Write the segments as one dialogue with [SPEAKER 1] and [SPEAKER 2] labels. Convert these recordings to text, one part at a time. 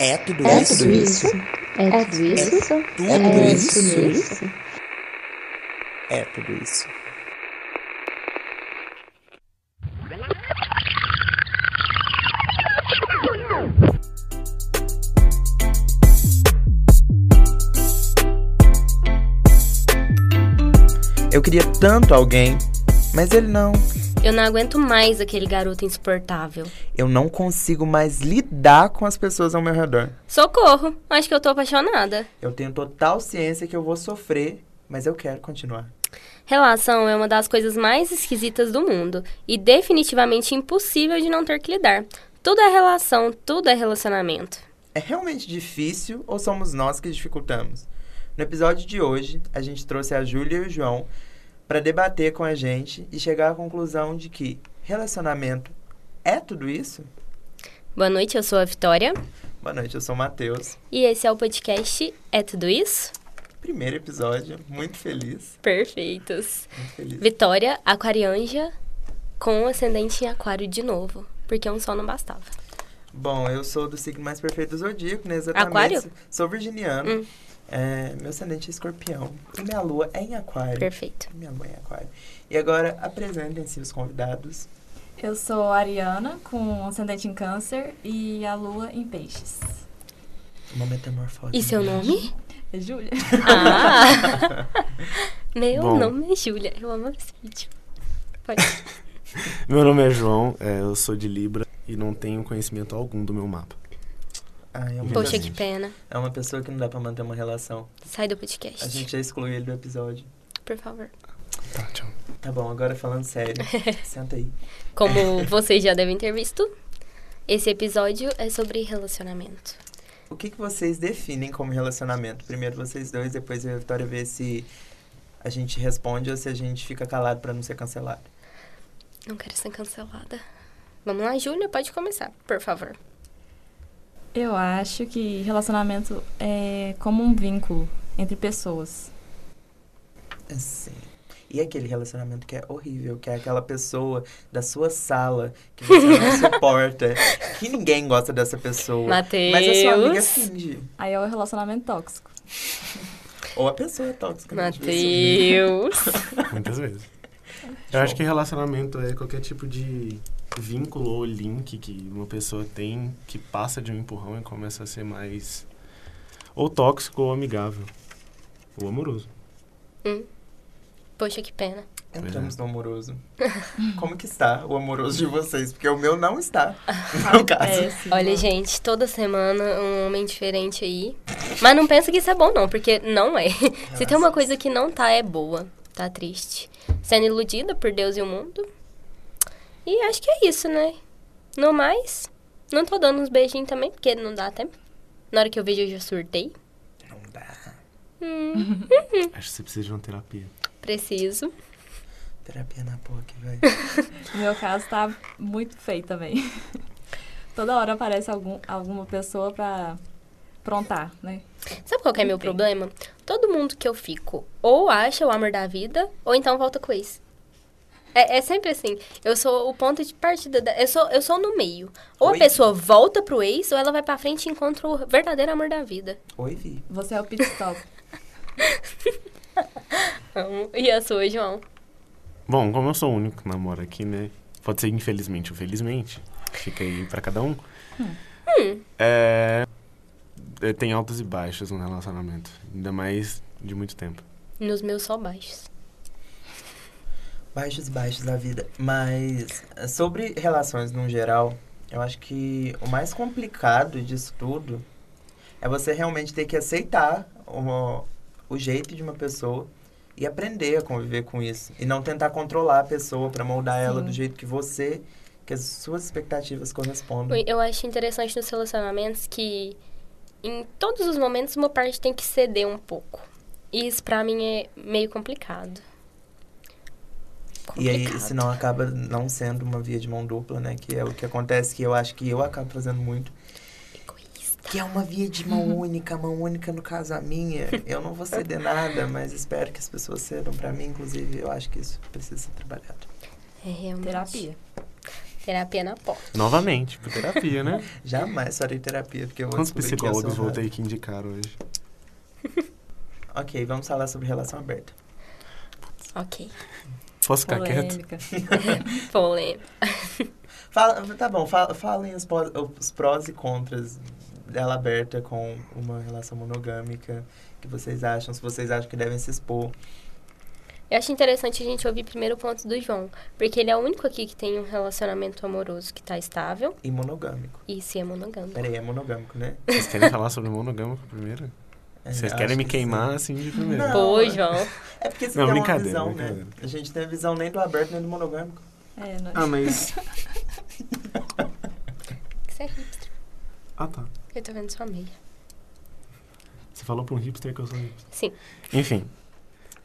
[SPEAKER 1] É tudo
[SPEAKER 2] É
[SPEAKER 1] isso?
[SPEAKER 2] tudo isso?
[SPEAKER 3] É tudo isso?
[SPEAKER 1] Tudo
[SPEAKER 2] É tudo
[SPEAKER 1] isso?
[SPEAKER 2] isso?
[SPEAKER 1] É tudo isso.
[SPEAKER 4] Eu queria tanto alguém, mas ele não.
[SPEAKER 5] Eu não aguento mais aquele garoto insuportável.
[SPEAKER 4] Eu não consigo mais lidar com as pessoas ao meu redor.
[SPEAKER 5] Socorro, acho que eu tô apaixonada.
[SPEAKER 4] Eu tenho total ciência que eu vou sofrer, mas eu quero continuar.
[SPEAKER 5] Relação é uma das coisas mais esquisitas do mundo e definitivamente impossível de não ter que lidar. Tudo é relação, tudo é relacionamento.
[SPEAKER 4] É realmente difícil ou somos nós que dificultamos? No episódio de hoje, a gente trouxe a Júlia e o João para debater com a gente e chegar à conclusão de que relacionamento é tudo isso?
[SPEAKER 5] Boa noite, eu sou a Vitória
[SPEAKER 4] Boa noite, eu sou o Matheus.
[SPEAKER 5] e esse é o podcast É Tudo Isso?
[SPEAKER 4] Primeiro episódio, muito feliz,
[SPEAKER 5] Perfeitos.
[SPEAKER 4] muito feliz.
[SPEAKER 5] Vitória, aquarianja, com ascendente em aquário de novo, porque um só não bastava.
[SPEAKER 4] Bom, eu sou do signo mais perfeito do zodíaco, né? Exatamente.
[SPEAKER 5] Aquário?
[SPEAKER 4] Sou virginiano.
[SPEAKER 5] Hum.
[SPEAKER 4] É, meu ascendente é escorpião. E minha lua é em aquário.
[SPEAKER 5] Perfeito.
[SPEAKER 4] Minha lua é em aquário. E agora, apresentem-se os convidados.
[SPEAKER 6] Eu sou a Ariana, com ascendente em câncer e a lua em peixes.
[SPEAKER 4] Uma metamorfose.
[SPEAKER 5] E seu nome?
[SPEAKER 6] É Júlia?
[SPEAKER 5] Ah! Meu
[SPEAKER 7] Bom.
[SPEAKER 5] nome é Júlia, eu amo esse vídeo. Pode.
[SPEAKER 7] Meu nome é João, é, eu sou de Libra e não tenho conhecimento algum do meu mapa.
[SPEAKER 4] Ah, é uma
[SPEAKER 5] Poxa,
[SPEAKER 4] pessoa-
[SPEAKER 5] que pena.
[SPEAKER 4] É uma pessoa que não dá pra manter uma relação.
[SPEAKER 5] Sai do
[SPEAKER 4] A
[SPEAKER 5] podcast,
[SPEAKER 4] gente já excluiu ele do episódio.
[SPEAKER 5] por favor.
[SPEAKER 7] Tá, tchau.
[SPEAKER 4] Tá bom, agora falando sério. Senta aí.
[SPEAKER 5] Como vocês já devem ter visto, esse episódio é sobre relacionamento.
[SPEAKER 4] O que, que vocês definem como relacionamento? Primeiro vocês dois, depois eu e a Vitória ver se a gente responde ou se a gente fica calado pra não ser cancelado.
[SPEAKER 5] Não quero ser cancelada. Vamos lá, Júlia, pode começar, por favor.
[SPEAKER 6] Eu acho que relacionamento é como um vínculo entre pessoas.
[SPEAKER 4] Sim. Assim. E aquele relacionamento que é horrível, que é aquela pessoa da sua sala que você é não suporta, que ninguém gosta dessa pessoa.
[SPEAKER 5] Mateus.
[SPEAKER 4] Mas a sua amiga finge.
[SPEAKER 6] Aí é o relacionamento tóxico.
[SPEAKER 4] Ou a pessoa é tóxica. né? Tipo assim.
[SPEAKER 5] Mateus.
[SPEAKER 7] Muitas vezes. Eu acho que relacionamento é qualquer tipo de vínculo ou link que uma pessoa tem que passa de um empurrão e começa a ser mais ou tóxico ou amigável. Ou amoroso.
[SPEAKER 5] Poxa, que pena.
[SPEAKER 4] Entramos no amoroso. Como que está o amoroso de vocês? Porque o meu não está, no caso.
[SPEAKER 6] Péssimo.
[SPEAKER 5] Olha, gente, toda semana um homem diferente aí. Mas não pensa que isso é bom, não, porque não é. Se tem uma coisa que não tá, é boa. Tá triste. Sendo iludida por Deus e o mundo. E acho que é isso, né? No mais, não tô dando uns beijinhos também, porque não dá tempo. Na hora que eu vejo, eu já surtei. Hum,
[SPEAKER 4] Não dá.
[SPEAKER 7] Acho que você precisa de uma terapia.
[SPEAKER 5] Preciso.
[SPEAKER 4] Terapia na POC, velho.
[SPEAKER 6] No meu caso, tá muito feio também. Toda hora aparece algum, alguma pessoa pra prontar, né?
[SPEAKER 5] Sabe qual que é meu
[SPEAKER 6] Entendo.
[SPEAKER 5] problema? Todo mundo que eu fico ou acha o amor da vida, ou então volta com isso. É, é sempre assim. Eu sou o ponto de partida. Da, eu, sou, eu sou no meio. Ou
[SPEAKER 4] Oi.
[SPEAKER 5] a pessoa volta pro ex, ou ela vai pra frente e encontra o verdadeiro amor da vida.
[SPEAKER 4] Oi, Vi.
[SPEAKER 6] Você é o pit stop.
[SPEAKER 5] Amo. E a sua, João?
[SPEAKER 7] Bom, como eu sou o único que namora aqui, né? Pode ser infelizmente ou felizmente. Fica aí pra cada um. É, é, Tem altos e baixos no relacionamento. Ainda mais de muito tempo.
[SPEAKER 5] Nos meus só baixos.
[SPEAKER 4] Baixos, baixos da vida. Mas sobre relações no geral, eu acho que o mais complicado disso tudo é você realmente ter que aceitar o, o jeito de uma pessoa e aprender a conviver com isso. E não tentar controlar a pessoa pra moldar ela
[SPEAKER 6] Sim.
[SPEAKER 4] do jeito que você, que as suas expectativas correspondam.
[SPEAKER 5] Eu acho interessante nos relacionamentos que em todos os momentos uma parte tem que ceder um pouco. E isso pra mim é meio complicado.
[SPEAKER 4] E aí,
[SPEAKER 5] Complicado.
[SPEAKER 4] senão acaba não sendo uma via de mão dupla, né? Que é o que acontece, que eu acho que eu acabo fazendo muito.
[SPEAKER 5] Egoísta.
[SPEAKER 4] Que é uma via de mão única, mão única no caso a minha. Eu não vou ceder nada, mas espero que as pessoas cedam pra mim. Inclusive, eu acho que isso precisa ser trabalhado.
[SPEAKER 5] É realmente.
[SPEAKER 6] Terapia.
[SPEAKER 5] Terapia na porta.
[SPEAKER 7] Novamente, por terapia, né?
[SPEAKER 4] Jamais farei terapia, porque eu vou
[SPEAKER 7] Quantos
[SPEAKER 4] descobrir que é eu sou um
[SPEAKER 7] psicólogos vou
[SPEAKER 4] errado.
[SPEAKER 7] ter que indicar hoje?
[SPEAKER 4] Ok, vamos falar sobre relação aberta.
[SPEAKER 5] Ok.
[SPEAKER 7] Posso ficar quieto?
[SPEAKER 6] Polêmica.
[SPEAKER 5] Polêmica.
[SPEAKER 4] Fala, tá bom, fa- falem os, pós- os prós e contras dela aberta com uma relação monogâmica. O que vocês acham? Se vocês acham que devem se expor.
[SPEAKER 5] Eu acho interessante a gente ouvir primeiro o ponto do João, porque ele é o único aqui que tem um relacionamento amoroso que tá estável
[SPEAKER 4] E monogâmico.
[SPEAKER 5] e se é monogâmico.
[SPEAKER 4] Peraí, é monogâmico, né?
[SPEAKER 7] Vocês querem falar sobre monogâmico primeiro?
[SPEAKER 4] É,
[SPEAKER 7] Vocês
[SPEAKER 4] acho
[SPEAKER 7] querem me
[SPEAKER 4] que
[SPEAKER 7] queimar assim de primeiro?
[SPEAKER 4] Não.
[SPEAKER 5] Pô, João.
[SPEAKER 4] sim. É porque você
[SPEAKER 7] Não,
[SPEAKER 4] tem uma
[SPEAKER 7] brincadeira,
[SPEAKER 4] visão, né?
[SPEAKER 7] brincadeira.
[SPEAKER 4] A gente tem a visão nem do aberto, nem do monogâmico.
[SPEAKER 6] É, nós...
[SPEAKER 7] Ah, mas...
[SPEAKER 5] Você é hipster.
[SPEAKER 7] Ah, tá.
[SPEAKER 5] Eu tô vendo sua amiga.
[SPEAKER 7] Você falou pra um hipster que eu sou hipster.
[SPEAKER 5] Sim.
[SPEAKER 7] Enfim.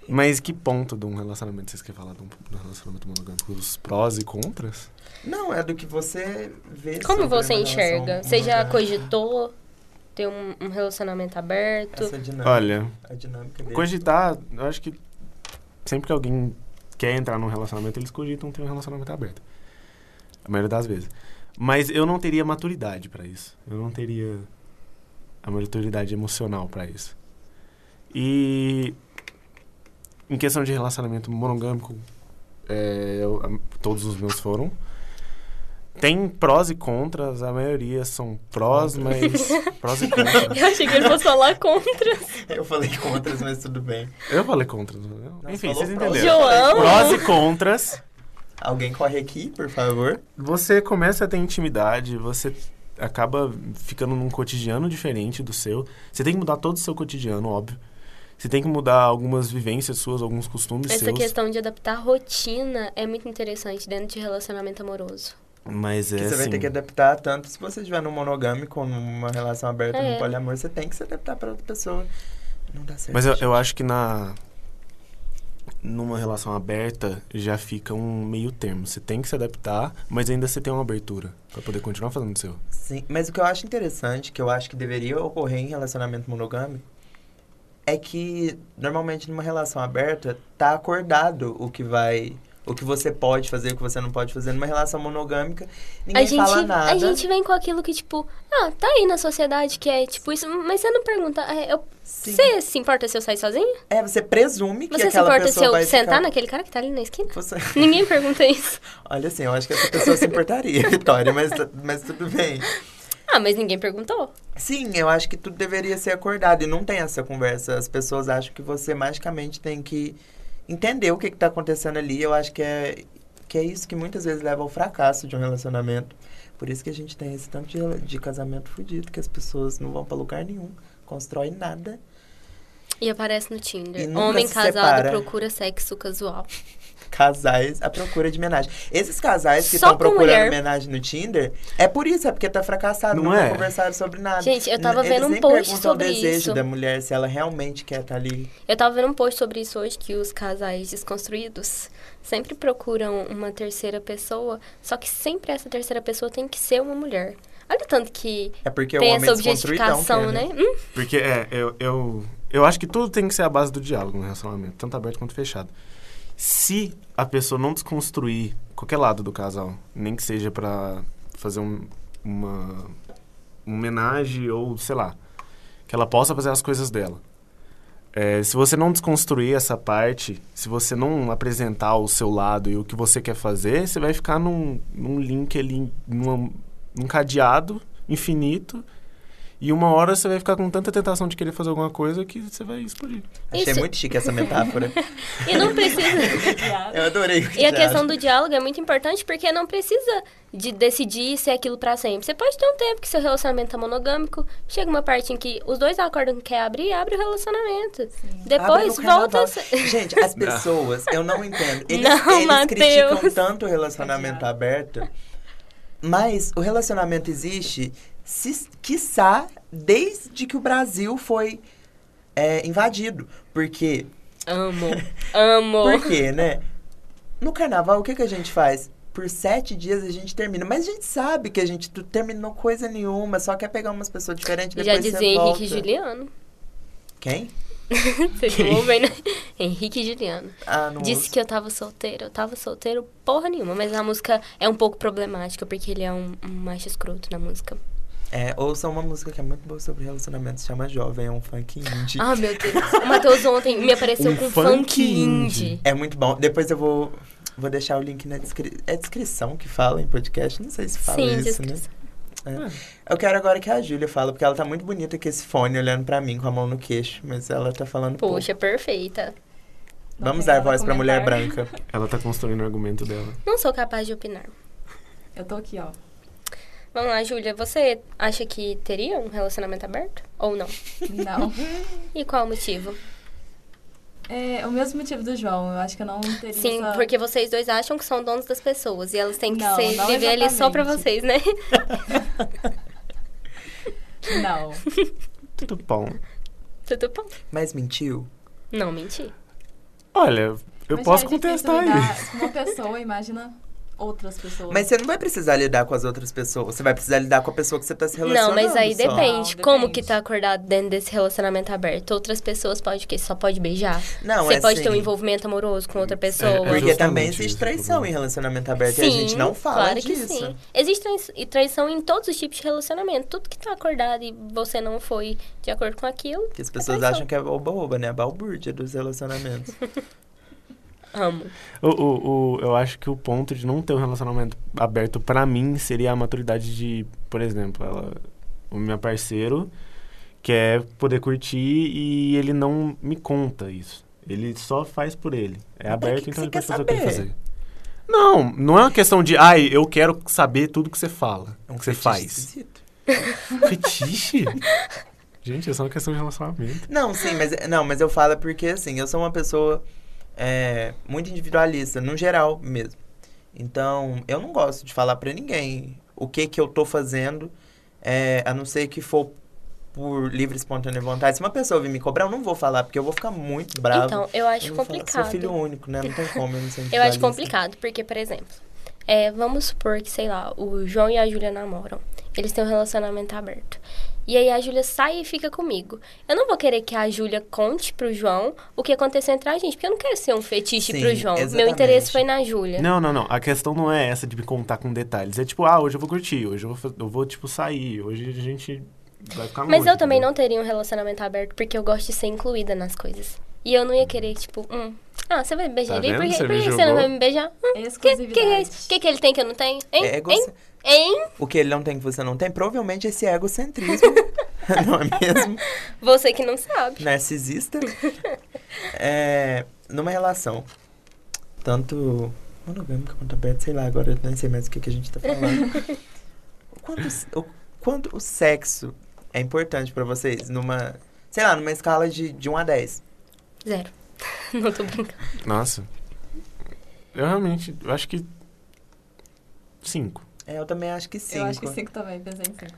[SPEAKER 7] Mas que ponto de um relacionamento vocês querem falar de um de um relacionamento monogâmico? Os prós e contras?
[SPEAKER 4] Não, é do que você vê. sobre
[SPEAKER 5] Como você
[SPEAKER 4] uma
[SPEAKER 5] enxerga?
[SPEAKER 4] relação
[SPEAKER 5] Você já
[SPEAKER 4] monogâmica.
[SPEAKER 5] cogitou ter um, um relacionamento aberto?
[SPEAKER 4] Essa dinâmica,
[SPEAKER 7] Olha,
[SPEAKER 4] a dinâmica dele.
[SPEAKER 7] cogitar, eu acho que sempre que alguém quer entrar num relacionamento, eles cogitam ter um relacionamento aberto. A maioria das vezes. Mas eu não teria maturidade pra isso. Eu não teria a maturidade emocional pra isso. E em questão de relacionamento monogâmico, é, eu- a- todos os meus foram. Tem prós e contras, a maioria são prós, mas. prós e contras.
[SPEAKER 5] Eu achei que ele fosse falar contra.
[SPEAKER 4] Eu falei contras, mas tudo bem.
[SPEAKER 7] Eu falei contras. não falei? Enfim,
[SPEAKER 4] falou
[SPEAKER 7] vocês
[SPEAKER 4] prós.
[SPEAKER 7] entenderam.
[SPEAKER 5] João!
[SPEAKER 7] Prós e contras.
[SPEAKER 4] Alguém corre aqui, por favor.
[SPEAKER 7] Você começa a ter intimidade, você acaba ficando num cotidiano diferente do seu. Você tem que mudar todo o seu cotidiano, óbvio. Você tem que mudar algumas vivências suas, alguns costumes
[SPEAKER 5] Essa
[SPEAKER 7] seus.
[SPEAKER 5] questão de adaptar a rotina é muito interessante dentro de relacionamento amoroso.
[SPEAKER 7] Mas é
[SPEAKER 4] que você vai
[SPEAKER 7] assim,
[SPEAKER 4] ter que adaptar tanto. Se você estiver num monogâmico, ou numa relação aberta,
[SPEAKER 5] É.
[SPEAKER 4] num poliamor, você tem que se adaptar pra outra pessoa. Não dá certo.
[SPEAKER 7] Mas eu, eu acho que na numa relação aberta já fica um meio termo. Você tem que se adaptar, mas ainda você tem uma abertura pra poder continuar fazendo o seu.
[SPEAKER 4] Sim, mas o que eu acho interessante, que eu acho que deveria ocorrer em relacionamento monogâmico, é que normalmente numa relação aberta tá acordado o que vai, o que você pode fazer, o que você não pode fazer. Numa relação monogâmica, ninguém
[SPEAKER 5] a gente,
[SPEAKER 4] fala nada.
[SPEAKER 5] a gente vem com aquilo que, tipo, ah, tá aí na sociedade que é tipo isso, mas você não pergunta, é, eu-
[SPEAKER 4] Sim.
[SPEAKER 5] você se importa se eu sair sozinho?
[SPEAKER 4] É, você presume que
[SPEAKER 5] Você se
[SPEAKER 4] aquela
[SPEAKER 5] importa se
[SPEAKER 4] pessoa
[SPEAKER 5] eu
[SPEAKER 4] vai
[SPEAKER 5] sentar
[SPEAKER 4] ficar...
[SPEAKER 5] naquele cara que tá ali na esquina?
[SPEAKER 4] Você-
[SPEAKER 5] Ninguém pergunta isso.
[SPEAKER 4] Olha assim, eu acho que essa pessoa se importaria, Vitória, mas, mas tudo bem.
[SPEAKER 5] Ah, mas ninguém perguntou.
[SPEAKER 4] Sim, eu acho que tudo deveria ser acordado e não tem essa conversa. As pessoas acham que você magicamente tem que entender o que está acontecendo ali. Eu acho que é, que é isso que muitas vezes leva ao fracasso de um relacionamento. Por isso que a gente tem esse tanto de, rela- de casamento fudido, que as pessoas não vão para lugar nenhum, constrói nada.
[SPEAKER 5] E aparece no
[SPEAKER 4] E
[SPEAKER 5] Tinder.
[SPEAKER 4] nunca
[SPEAKER 5] Homem
[SPEAKER 4] se
[SPEAKER 5] casado
[SPEAKER 4] separa.
[SPEAKER 5] procura sexo casual.
[SPEAKER 4] Casais à procura de homenagem. Esses casais que
[SPEAKER 5] Só
[SPEAKER 4] estão
[SPEAKER 5] com
[SPEAKER 4] procurando
[SPEAKER 5] mulher.
[SPEAKER 4] homenagem no Tinder, é por isso, é porque tá fracassado,
[SPEAKER 7] Não
[SPEAKER 4] não,
[SPEAKER 7] é?
[SPEAKER 4] conversaram sobre nada.
[SPEAKER 5] Gente, eu tava
[SPEAKER 4] N-
[SPEAKER 5] vendo
[SPEAKER 4] eles
[SPEAKER 5] um
[SPEAKER 4] nem
[SPEAKER 5] post
[SPEAKER 4] perguntam o
[SPEAKER 5] sobre
[SPEAKER 4] desejo
[SPEAKER 5] isso.
[SPEAKER 4] da mulher, se ela realmente quer estar ali.
[SPEAKER 5] Eu tava vendo um post sobre isso hoje, que os casais desconstruídos sempre procuram uma terceira pessoa, só que sempre essa terceira pessoa tem que ser uma mulher. Olha o tanto que
[SPEAKER 4] É porque o
[SPEAKER 5] tem
[SPEAKER 4] homem
[SPEAKER 5] essa
[SPEAKER 4] desconstruidão
[SPEAKER 5] objetificação,
[SPEAKER 4] quer,
[SPEAKER 5] né? Hum,
[SPEAKER 7] Porque, é, eu, eu, eu acho que tudo tem que ser a base do diálogo no relacionamento, tanto aberto quanto fechado. Se a pessoa não desconstruir qualquer lado do casal, nem que seja pra fazer um- uma, uma homenagem ou sei lá, que ela possa fazer as coisas dela. É, se você não desconstruir essa parte, se você não apresentar o seu lado e o que você quer fazer, você vai ficar num, num link ali, numa- num cadeado infinito e uma hora você vai ficar com tanta tentação de querer fazer alguma coisa que você vai explodir.
[SPEAKER 4] Achei
[SPEAKER 5] Isso.
[SPEAKER 4] muito chique essa metáfora.
[SPEAKER 5] E não precisa.
[SPEAKER 6] Piada.
[SPEAKER 4] Eu adorei. o que
[SPEAKER 5] E a
[SPEAKER 4] você
[SPEAKER 5] questão
[SPEAKER 4] acha.
[SPEAKER 5] do diálogo é muito importante porque não precisa de decidir se é aquilo pra sempre. Você pode ter um tempo que seu relacionamento tá monogâmico, chega uma parte em que os dois acordam que quer abrir e abre o relacionamento. Depois
[SPEAKER 4] Abre no
[SPEAKER 5] volta.
[SPEAKER 4] carnaval.
[SPEAKER 5] a ser-
[SPEAKER 4] Gente, as pessoas, eu não entendo. Eles,
[SPEAKER 5] Não,
[SPEAKER 4] eles criticam
[SPEAKER 5] Matheus.
[SPEAKER 4] tanto o relacionamento aberto, mas o relacionamento existe, se, quiçá, desde que o Brasil foi é, invadido. Porque
[SPEAKER 5] Amo. Amo.
[SPEAKER 4] Por quê, né? No carnaval, o que, que a gente faz? Por sete dias a gente termina. Mas a gente sabe que a gente não terminou coisa nenhuma, só quer pegar umas pessoas diferentes
[SPEAKER 5] Já
[SPEAKER 4] depois você
[SPEAKER 5] dizia Henrique
[SPEAKER 4] volta.
[SPEAKER 5] e Juliano.
[SPEAKER 4] Quem?
[SPEAKER 5] Vocês não ouvem, né? Henrique e Juliano.
[SPEAKER 4] Ah, não
[SPEAKER 5] Disse
[SPEAKER 4] ouço.
[SPEAKER 5] que eu tava solteiro. Eu tava solteiro porra nenhuma, mas a música é um pouco problemática, porque ele é um, um macho escroto na música.
[SPEAKER 4] É, ouça uma música que é muito boa sobre relacionamento, se chama Jovem, é um funk indie.
[SPEAKER 5] Ah, meu Deus. O Matheus ontem me apareceu
[SPEAKER 7] Um
[SPEAKER 5] com
[SPEAKER 7] funk
[SPEAKER 5] funk
[SPEAKER 7] indie.
[SPEAKER 5] indie.
[SPEAKER 4] É muito bom. Depois eu vou, vou deixar o link na descrição. É descrição que fala em podcast? Não sei se fala
[SPEAKER 5] Sim,
[SPEAKER 4] isso, né? É.
[SPEAKER 5] descrição.
[SPEAKER 4] Eu quero agora que a Júlia fala, porque ela tá muito bonita com esse fone olhando pra mim com a mão no queixo, mas ela tá falando. pouco.
[SPEAKER 5] Poxa, perfeita.
[SPEAKER 6] Não
[SPEAKER 4] Vamos
[SPEAKER 6] tem
[SPEAKER 4] dar
[SPEAKER 6] nada
[SPEAKER 4] voz pra mulher
[SPEAKER 6] comentar.
[SPEAKER 4] branca.
[SPEAKER 7] Ela tá construindo o argumento dela.
[SPEAKER 5] Não sou capaz de opinar.
[SPEAKER 6] Eu tô aqui, ó.
[SPEAKER 5] Vamos lá, Júlia. Você acha que teria um relacionamento aberto? Ou não?
[SPEAKER 6] Não.
[SPEAKER 5] E qual o motivo?
[SPEAKER 6] É o mesmo motivo do João. Eu acho que eu não teria
[SPEAKER 5] Sim,
[SPEAKER 6] essa-
[SPEAKER 5] porque vocês dois acham que são donos das pessoas e elas têm que
[SPEAKER 6] Não,
[SPEAKER 5] ser-
[SPEAKER 6] não
[SPEAKER 5] viver ali só pra
[SPEAKER 6] exatamente.
[SPEAKER 5] vocês, né?
[SPEAKER 6] Não.
[SPEAKER 7] Tudo bom.
[SPEAKER 5] Tudo bom.
[SPEAKER 4] Mas mentiu?
[SPEAKER 5] Não, menti.
[SPEAKER 7] Olha, eu
[SPEAKER 6] Mas
[SPEAKER 7] posso
[SPEAKER 6] já é difícil
[SPEAKER 7] contestar
[SPEAKER 6] lidar
[SPEAKER 7] isso.
[SPEAKER 6] com Uma pessoa, imagina outras pessoas.
[SPEAKER 4] Mas você não vai precisar lidar com as outras pessoas. Você vai precisar lidar com a pessoa que você tá se relacionando.
[SPEAKER 5] Não, mas aí
[SPEAKER 4] só.
[SPEAKER 5] depende.
[SPEAKER 6] Não,
[SPEAKER 5] Como
[SPEAKER 6] depende.
[SPEAKER 5] que tá acordado dentro desse relacionamento aberto? Outras pessoas podem o quê? Só pode beijar?
[SPEAKER 4] Não,
[SPEAKER 5] Você
[SPEAKER 4] é
[SPEAKER 5] pode ter um
[SPEAKER 4] assim.
[SPEAKER 5] envolvimento amoroso com outra pessoa?
[SPEAKER 7] É
[SPEAKER 4] Porque
[SPEAKER 7] justamente
[SPEAKER 4] também
[SPEAKER 7] isso
[SPEAKER 4] existe
[SPEAKER 7] o
[SPEAKER 4] traição
[SPEAKER 7] problema.
[SPEAKER 4] em relacionamento aberto e a gente não fala
[SPEAKER 5] claro
[SPEAKER 4] disso.
[SPEAKER 5] que sim. Existe trai- traição em todos os tipos de relacionamento. Tudo que tá acordado e você não foi de acordo com aquilo,
[SPEAKER 4] Porque as pessoas
[SPEAKER 5] traição.
[SPEAKER 4] acham que é oba-oba, né? A balbúrdia dos relacionamentos.
[SPEAKER 5] amo.
[SPEAKER 7] O, o, o- eu acho que o ponto de não ter um relacionamento aberto pra mim seria a maturidade de, por exemplo, ela, o meu parceiro quer poder curtir e ele não me conta isso. Ele só faz por ele. É
[SPEAKER 4] Mas pra
[SPEAKER 7] aberto,
[SPEAKER 4] que que
[SPEAKER 7] então
[SPEAKER 4] você
[SPEAKER 7] ele
[SPEAKER 4] quer
[SPEAKER 7] pode fazer o que ele
[SPEAKER 4] saber?
[SPEAKER 7] fazer. Não, não é uma questão de, ai, eu quero saber tudo que você fala,
[SPEAKER 4] É um
[SPEAKER 7] que você
[SPEAKER 4] fetiche
[SPEAKER 7] faz.
[SPEAKER 4] esquisito.
[SPEAKER 7] Fetiche? Gente, é só uma questão de relacionamento.
[SPEAKER 4] Não, sim, mas, não, mas eu falo porque, assim, eu sou uma pessoa é, muito individualista, no geral mesmo. Então, eu não gosto de falar pra ninguém o que que eu tô fazendo, é, a não ser que for por livre e espontânea vontade. Se uma pessoa vir me cobrar, eu não vou falar, porque eu vou ficar muito bravo.
[SPEAKER 5] Então, eu acho
[SPEAKER 4] Eu vou falar,
[SPEAKER 5] complicado.
[SPEAKER 4] Sou filho único, né? Não tem como eu não ser
[SPEAKER 5] Eu acho
[SPEAKER 4] individualista.
[SPEAKER 5] complicado, porque, por exemplo, é, vamos supor que, sei lá, o João e a Júlia namoram. Eles têm um relacionamento aberto. E aí a Júlia sai e fica comigo. Eu não vou querer que a Júlia conte pro João o que aconteceu entre a gente, porque eu não quero ser um fetiche
[SPEAKER 4] Sim,
[SPEAKER 5] pro João. Meu
[SPEAKER 4] exatamente.
[SPEAKER 5] interesse foi na Júlia.
[SPEAKER 7] Não, não, não. A questão não é essa de me contar com detalhes. É tipo, ah, hoje eu vou curtir, hoje eu vou, fa- eu vou tipo, sair, hoje a gente vai ficar
[SPEAKER 5] Mas
[SPEAKER 7] longe,
[SPEAKER 5] eu também
[SPEAKER 7] entendeu?
[SPEAKER 5] não teria um relacionamento aberto, porque eu gosto de ser incluída nas coisas. E eu não ia querer, tipo, hum, ah, você vai me beijar
[SPEAKER 7] Tá
[SPEAKER 5] ali? Por
[SPEAKER 7] vendo?
[SPEAKER 5] que
[SPEAKER 7] Você
[SPEAKER 5] por
[SPEAKER 7] me
[SPEAKER 5] que você não
[SPEAKER 7] julgou.
[SPEAKER 5] vai me beijar? Hum, que, que é
[SPEAKER 6] Exclusividade.
[SPEAKER 5] isso? Que que ele tem que eu não tenho? Hein?
[SPEAKER 4] É egocê-
[SPEAKER 5] hein? Hein?
[SPEAKER 4] O que ele não tem que você não tem, provavelmente esse egocentrismo. não é mesmo?
[SPEAKER 5] Você que não sabe.
[SPEAKER 4] narcisista é, numa relação tanto monogâmica quanto aberta, sei lá, agora eu nem sei mais o que, que a gente tá falando. quando, o, quando o sexo é importante pra vocês numa, sei lá, numa escala de, de 1 a 10?
[SPEAKER 5] Zero. Não tô brincando.
[SPEAKER 7] Nossa. Eu realmente, eu acho que. Cinco.
[SPEAKER 4] É, eu também acho que 5.
[SPEAKER 6] Eu acho que cinco também, pensei em cinco.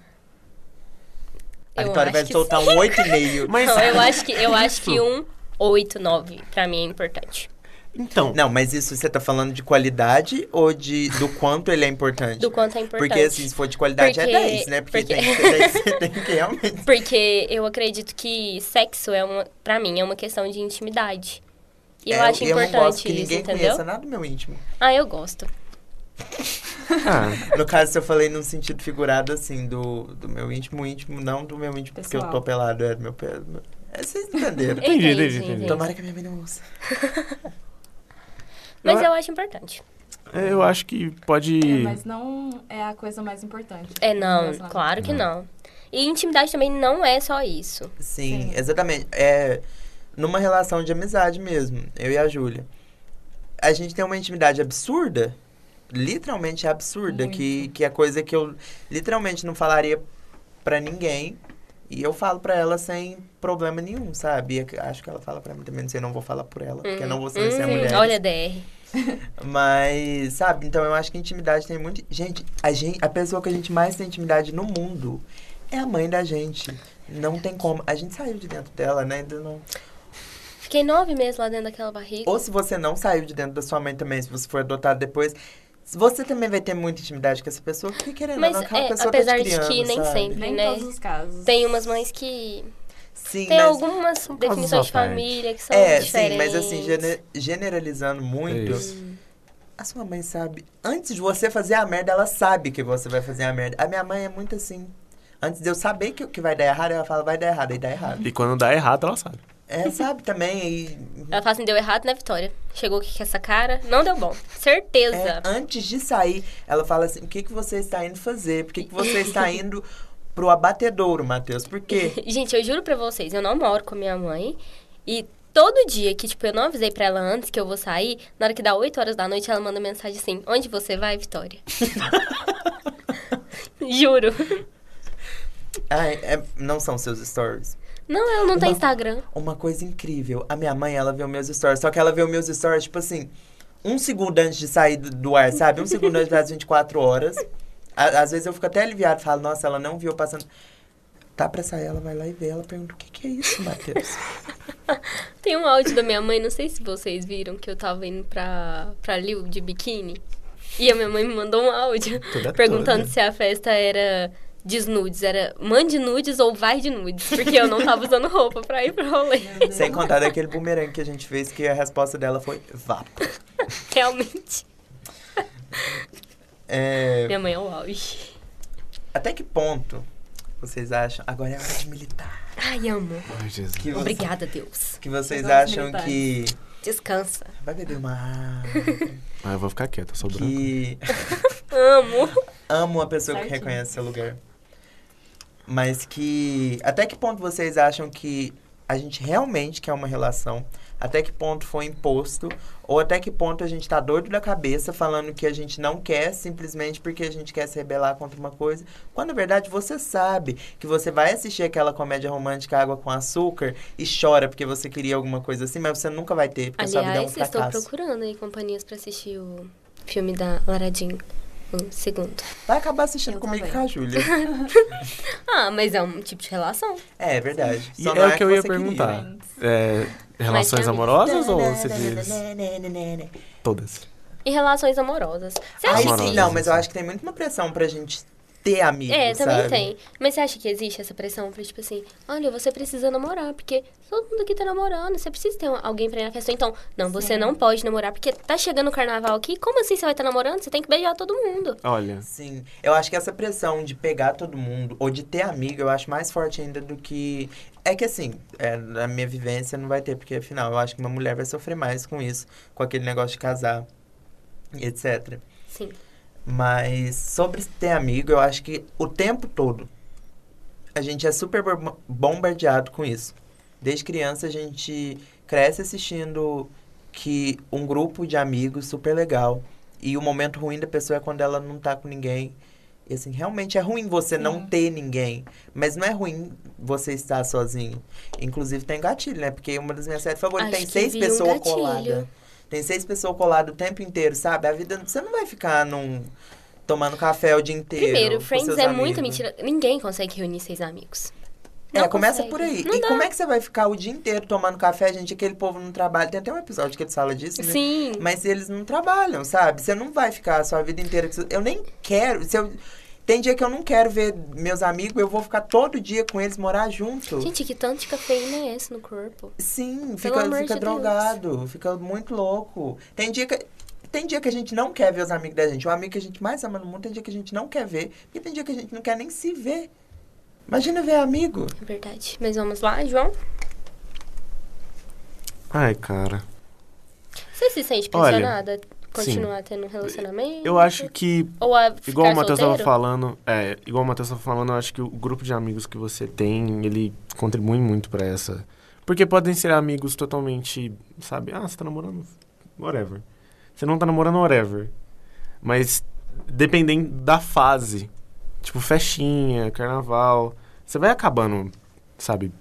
[SPEAKER 4] A
[SPEAKER 5] Eu
[SPEAKER 4] Vitória
[SPEAKER 5] acho
[SPEAKER 4] vai
[SPEAKER 5] que
[SPEAKER 4] soltar um 8,5.
[SPEAKER 7] Mas.
[SPEAKER 5] Não, eu acho que, eu acho que um 8, 9 pra mim é importante.
[SPEAKER 7] Então.
[SPEAKER 4] Não, mas isso você tá falando de qualidade ou de do quanto ele é importante?
[SPEAKER 5] Do quanto é importante.
[SPEAKER 4] Porque assim, se for de qualidade
[SPEAKER 5] Porque-
[SPEAKER 4] é 10, né? Porque,
[SPEAKER 5] porque-
[SPEAKER 4] Tem, que ser 10, você tem que realmente
[SPEAKER 5] Porque eu acredito que sexo é uma, pra mim, é uma questão de intimidade. E eu
[SPEAKER 4] É,
[SPEAKER 5] acho importante
[SPEAKER 4] não gosto que
[SPEAKER 5] isso,
[SPEAKER 4] ninguém
[SPEAKER 5] entendeu?
[SPEAKER 4] conheça nada do meu íntimo.
[SPEAKER 5] Ah, eu gosto.
[SPEAKER 7] Ah,
[SPEAKER 4] No caso, eu falei num sentido figurado, assim, do, do meu íntimo, íntimo, não do meu íntimo, porque eu tô
[SPEAKER 6] Pessoal.
[SPEAKER 4] pelado, é do meu pé. do meu- É, vocês entenderam.
[SPEAKER 5] Entende,
[SPEAKER 7] Entendi, entendi, entendi.
[SPEAKER 5] entende.
[SPEAKER 4] Tomara que minha mãe não ouça.
[SPEAKER 5] Mas
[SPEAKER 4] é?
[SPEAKER 5] eu acho importante.
[SPEAKER 7] É, eu acho que pode.
[SPEAKER 6] É, mas não é a coisa mais importante.
[SPEAKER 5] É,
[SPEAKER 6] do
[SPEAKER 5] não,
[SPEAKER 6] relacionamento.
[SPEAKER 5] claro que
[SPEAKER 7] Não.
[SPEAKER 5] não. E intimidade também não é só isso.
[SPEAKER 4] Sim,
[SPEAKER 6] Sim.
[SPEAKER 4] exatamente. É numa relação de amizade mesmo, eu e a Júlia. A gente tem uma intimidade absurda, literalmente absurda, que, que é coisa que eu literalmente não falaria pra ninguém. E eu falo pra ela sem problema nenhum, sabe? E ac- acho que ela fala pra mim também, não sei, não vou falar por ela, porque eu não vou ser
[SPEAKER 5] Hum,
[SPEAKER 4] mulher.
[SPEAKER 5] Olha, DR.
[SPEAKER 4] Mas, sabe, então eu acho que intimidade tem muito. Gente, a gente, a pessoa que a gente mais tem intimidade no mundo é a mãe da gente. Não tem como. A gente saiu de dentro dela, né? Ainda não.
[SPEAKER 5] Fiquei nove meses lá dentro daquela barriga.
[SPEAKER 4] Ou se você não saiu de dentro da sua mãe também, se você for adotado depois, você também vai ter muita intimidade com essa pessoa, porque querendo ou
[SPEAKER 5] Mas
[SPEAKER 4] não, aquela
[SPEAKER 5] é,
[SPEAKER 4] pessoa tá
[SPEAKER 5] apesar
[SPEAKER 4] te
[SPEAKER 5] de que
[SPEAKER 4] criando,
[SPEAKER 5] nem
[SPEAKER 4] sabe?
[SPEAKER 5] sempre.
[SPEAKER 6] Nem
[SPEAKER 5] né?
[SPEAKER 6] todos os casos.
[SPEAKER 5] Tem umas mães que
[SPEAKER 4] Sim,
[SPEAKER 5] Tem
[SPEAKER 4] mas...
[SPEAKER 5] algumas definições
[SPEAKER 7] casos
[SPEAKER 5] de
[SPEAKER 7] à parte.
[SPEAKER 5] família que são
[SPEAKER 4] É,
[SPEAKER 5] diferentes.
[SPEAKER 4] sim, mas assim, gene- generalizando muito,
[SPEAKER 7] É isso.
[SPEAKER 4] a sua mãe sabe. Antes de você fazer a merda, ela sabe que você vai fazer a merda. A minha mãe é muito assim. Antes de eu saber que, que vai dar errado, ela fala, vai dar errado, e dá errado.
[SPEAKER 7] E quando dá errado, ela sabe.
[SPEAKER 4] É, sabe também, e.
[SPEAKER 5] Ela fala assim, deu errado na vitória. Chegou aqui com essa cara, não deu bom. Certeza.
[SPEAKER 4] É, antes de sair, ela fala assim: o que, que você está indo fazer? Por que, que você está indo pro abatedouro, Matheus? Por quê?
[SPEAKER 5] Gente, eu juro pra vocês, eu não moro com a minha mãe. E todo dia que, tipo, eu não avisei pra ela antes que eu vou sair, na hora que dá 8 horas da noite, ela manda mensagem assim, onde você vai, Vitória? juro.
[SPEAKER 4] Ai, é- não são seus stories.
[SPEAKER 5] Não, ela não tem
[SPEAKER 4] Uma-
[SPEAKER 5] Instagram.
[SPEAKER 4] Uma coisa incrível: a minha mãe, ela vê os meus stories, só que ela vê os meus stories, tipo assim, um segundo antes de sair do, do ar, sabe? Um segundo antes das 24 horas. À- às vezes eu fico até aliviado, falo: nossa, ela não viu eu passando. Tá pra sair, ela vai lá e vê. Ela pergunta: o que, que é isso, Matheus?
[SPEAKER 5] Tem um áudio da minha mãe, não sei se vocês viram, que eu tava indo pra, pra Liu de biquíni. E a minha mãe me mandou um áudio
[SPEAKER 7] Toda
[SPEAKER 5] perguntando
[SPEAKER 7] toda.
[SPEAKER 5] se a festa era desnudes. Era mande nudes ou vai de nudes. Porque eu não tava usando roupa pra ir pro rolê.
[SPEAKER 4] Sem
[SPEAKER 5] é.
[SPEAKER 4] contar daquele bumerangue que a gente fez, que a resposta dela foi: vá.
[SPEAKER 5] Realmente.
[SPEAKER 4] É,
[SPEAKER 5] Minha mãe é o auge.
[SPEAKER 4] Até que ponto vocês acham? Agora é hora de militar.
[SPEAKER 5] Ai, amo.
[SPEAKER 7] Ai, Jesus.
[SPEAKER 4] Que, vo-
[SPEAKER 5] Obrigada, Deus.
[SPEAKER 4] que vocês
[SPEAKER 6] Agora os
[SPEAKER 4] acham
[SPEAKER 6] militares.
[SPEAKER 4] que.
[SPEAKER 5] Descansa.
[SPEAKER 4] Vai beber uma água.
[SPEAKER 7] Ah, eu vou ficar quieto, eu sou branco.
[SPEAKER 4] que
[SPEAKER 5] Amo.
[SPEAKER 4] amo uma pessoa que
[SPEAKER 6] Certinho.
[SPEAKER 4] reconhece seu lugar. Mas que. Até que ponto vocês acham que a gente realmente quer uma relação? Até que ponto foi imposto? Ou até que ponto a gente tá doido da cabeça falando que a gente não quer simplesmente porque a gente quer se rebelar contra uma coisa? Quando na verdade você sabe que você vai assistir aquela comédia romântica Água com Açúcar e chora porque você queria alguma coisa assim, mas você nunca vai ter, porque a sua vida é um
[SPEAKER 5] Aliás, eu estou
[SPEAKER 4] fracasso.
[SPEAKER 5] procurando aí companhias pra assistir o filme da Laradinho. Um segundo.
[SPEAKER 4] Vai acabar assistindo
[SPEAKER 6] Eu
[SPEAKER 4] comigo e com
[SPEAKER 6] também.
[SPEAKER 4] a Júlia.
[SPEAKER 5] Ah, mas é um tipo de relação.
[SPEAKER 4] É, é verdade.
[SPEAKER 7] E
[SPEAKER 4] Só não
[SPEAKER 7] é o que eu
[SPEAKER 4] você
[SPEAKER 7] ia
[SPEAKER 4] queria.
[SPEAKER 7] perguntar. É, relações
[SPEAKER 5] Mas,
[SPEAKER 7] amorosas
[SPEAKER 4] Né,
[SPEAKER 7] ou você diz todas?
[SPEAKER 5] E relações amorosas. Você
[SPEAKER 4] Aí
[SPEAKER 5] acha
[SPEAKER 7] Amorosas,
[SPEAKER 4] sim,
[SPEAKER 5] que...
[SPEAKER 4] não, mas eu
[SPEAKER 7] assim.
[SPEAKER 4] acho que tem muito uma pressão pra gente ter amigos,
[SPEAKER 5] É, também
[SPEAKER 4] sabe?
[SPEAKER 5] tem. Mas você acha que existe essa pressão pra, tipo assim, olha, você precisa namorar, porque todo mundo aqui tá namorando, você precisa ter alguém pra ir na festa. Então, não, você
[SPEAKER 6] Sim.
[SPEAKER 5] não pode namorar, porque tá chegando o carnaval aqui, como assim você vai estar namorando? Você tem que beijar todo mundo.
[SPEAKER 7] Olha,
[SPEAKER 4] Sim, eu acho que essa pressão de pegar todo mundo ou de ter amigo, eu acho mais forte ainda do que. É que assim, é, na minha vivência não vai ter, porque afinal eu acho que uma mulher vai sofrer mais com isso, com aquele negócio de casar, etc.
[SPEAKER 5] Sim.
[SPEAKER 4] Mas sobre ter amigo, eu acho que o tempo todo a gente é super bom- bombardeado com isso. Desde criança a gente cresce assistindo que um grupo de amigos super legal e o momento ruim da pessoa é quando ela não tá com ninguém. E assim, realmente é ruim você não
[SPEAKER 6] Sim.
[SPEAKER 4] ter ninguém, mas não é ruim você estar sozinho. Inclusive tem gatilho, né? Porque uma das minhas séries favoritas
[SPEAKER 5] Acho
[SPEAKER 4] tem
[SPEAKER 5] que
[SPEAKER 4] seis
[SPEAKER 5] vi um
[SPEAKER 4] pessoas
[SPEAKER 5] gatilho.
[SPEAKER 4] coladas. Tem seis pessoas coladas o tempo inteiro, sabe? A vida. Você não vai ficar num. tomando café o dia inteiro.
[SPEAKER 5] Primeiro,
[SPEAKER 4] com
[SPEAKER 5] Friends
[SPEAKER 4] seus
[SPEAKER 5] é
[SPEAKER 4] amigos.
[SPEAKER 5] muito mentira. Ninguém consegue reunir seis amigos.
[SPEAKER 4] É,
[SPEAKER 5] Não
[SPEAKER 4] começa
[SPEAKER 5] consegue.
[SPEAKER 4] por aí.
[SPEAKER 5] Não
[SPEAKER 4] e
[SPEAKER 5] dá.
[SPEAKER 4] como é que você vai ficar o dia inteiro tomando café, gente? Aquele povo não trabalha. Tem até um episódio que eles falam disso, né?
[SPEAKER 5] Sim.
[SPEAKER 4] Mas eles não trabalham, sabe? Você não vai ficar a sua vida inteira. com seus- Eu nem quero. Se eu... Tem dia que eu não quero ver meus amigos, eu vou ficar todo dia com eles, morar junto.
[SPEAKER 5] Gente, que tanto de cafeína é esse no corpo?
[SPEAKER 4] Sim, fica,
[SPEAKER 5] amor
[SPEAKER 4] fica
[SPEAKER 5] de Deus.
[SPEAKER 4] drogado, fica muito louco. Tem dia que. Tem dia que a gente não quer ver os amigos da gente. O amigo que a gente mais ama no mundo, tem dia que a gente não quer ver. E tem dia que a gente não quer nem se ver. Imagina ver amigo.
[SPEAKER 5] É verdade. Mas vamos lá, João.
[SPEAKER 7] ai, cara.
[SPEAKER 5] Você se sente
[SPEAKER 7] Olha,
[SPEAKER 5] pressionada a continuar tendo um relacionamento?
[SPEAKER 7] Eu acho que
[SPEAKER 5] Ou a ficar
[SPEAKER 7] Igual o Matheus
[SPEAKER 5] solteiro?
[SPEAKER 7] tava falando, é, igual o Matheus tava falando, eu acho que o grupo de amigos que você tem, ele contribui muito pra essa. Porque podem ser amigos totalmente, sabe, ah, você tá namorando, whatever. Você não tá namorando, whatever. Mas dependendo da fase, tipo festinha, carnaval, você vai acabando, sabe,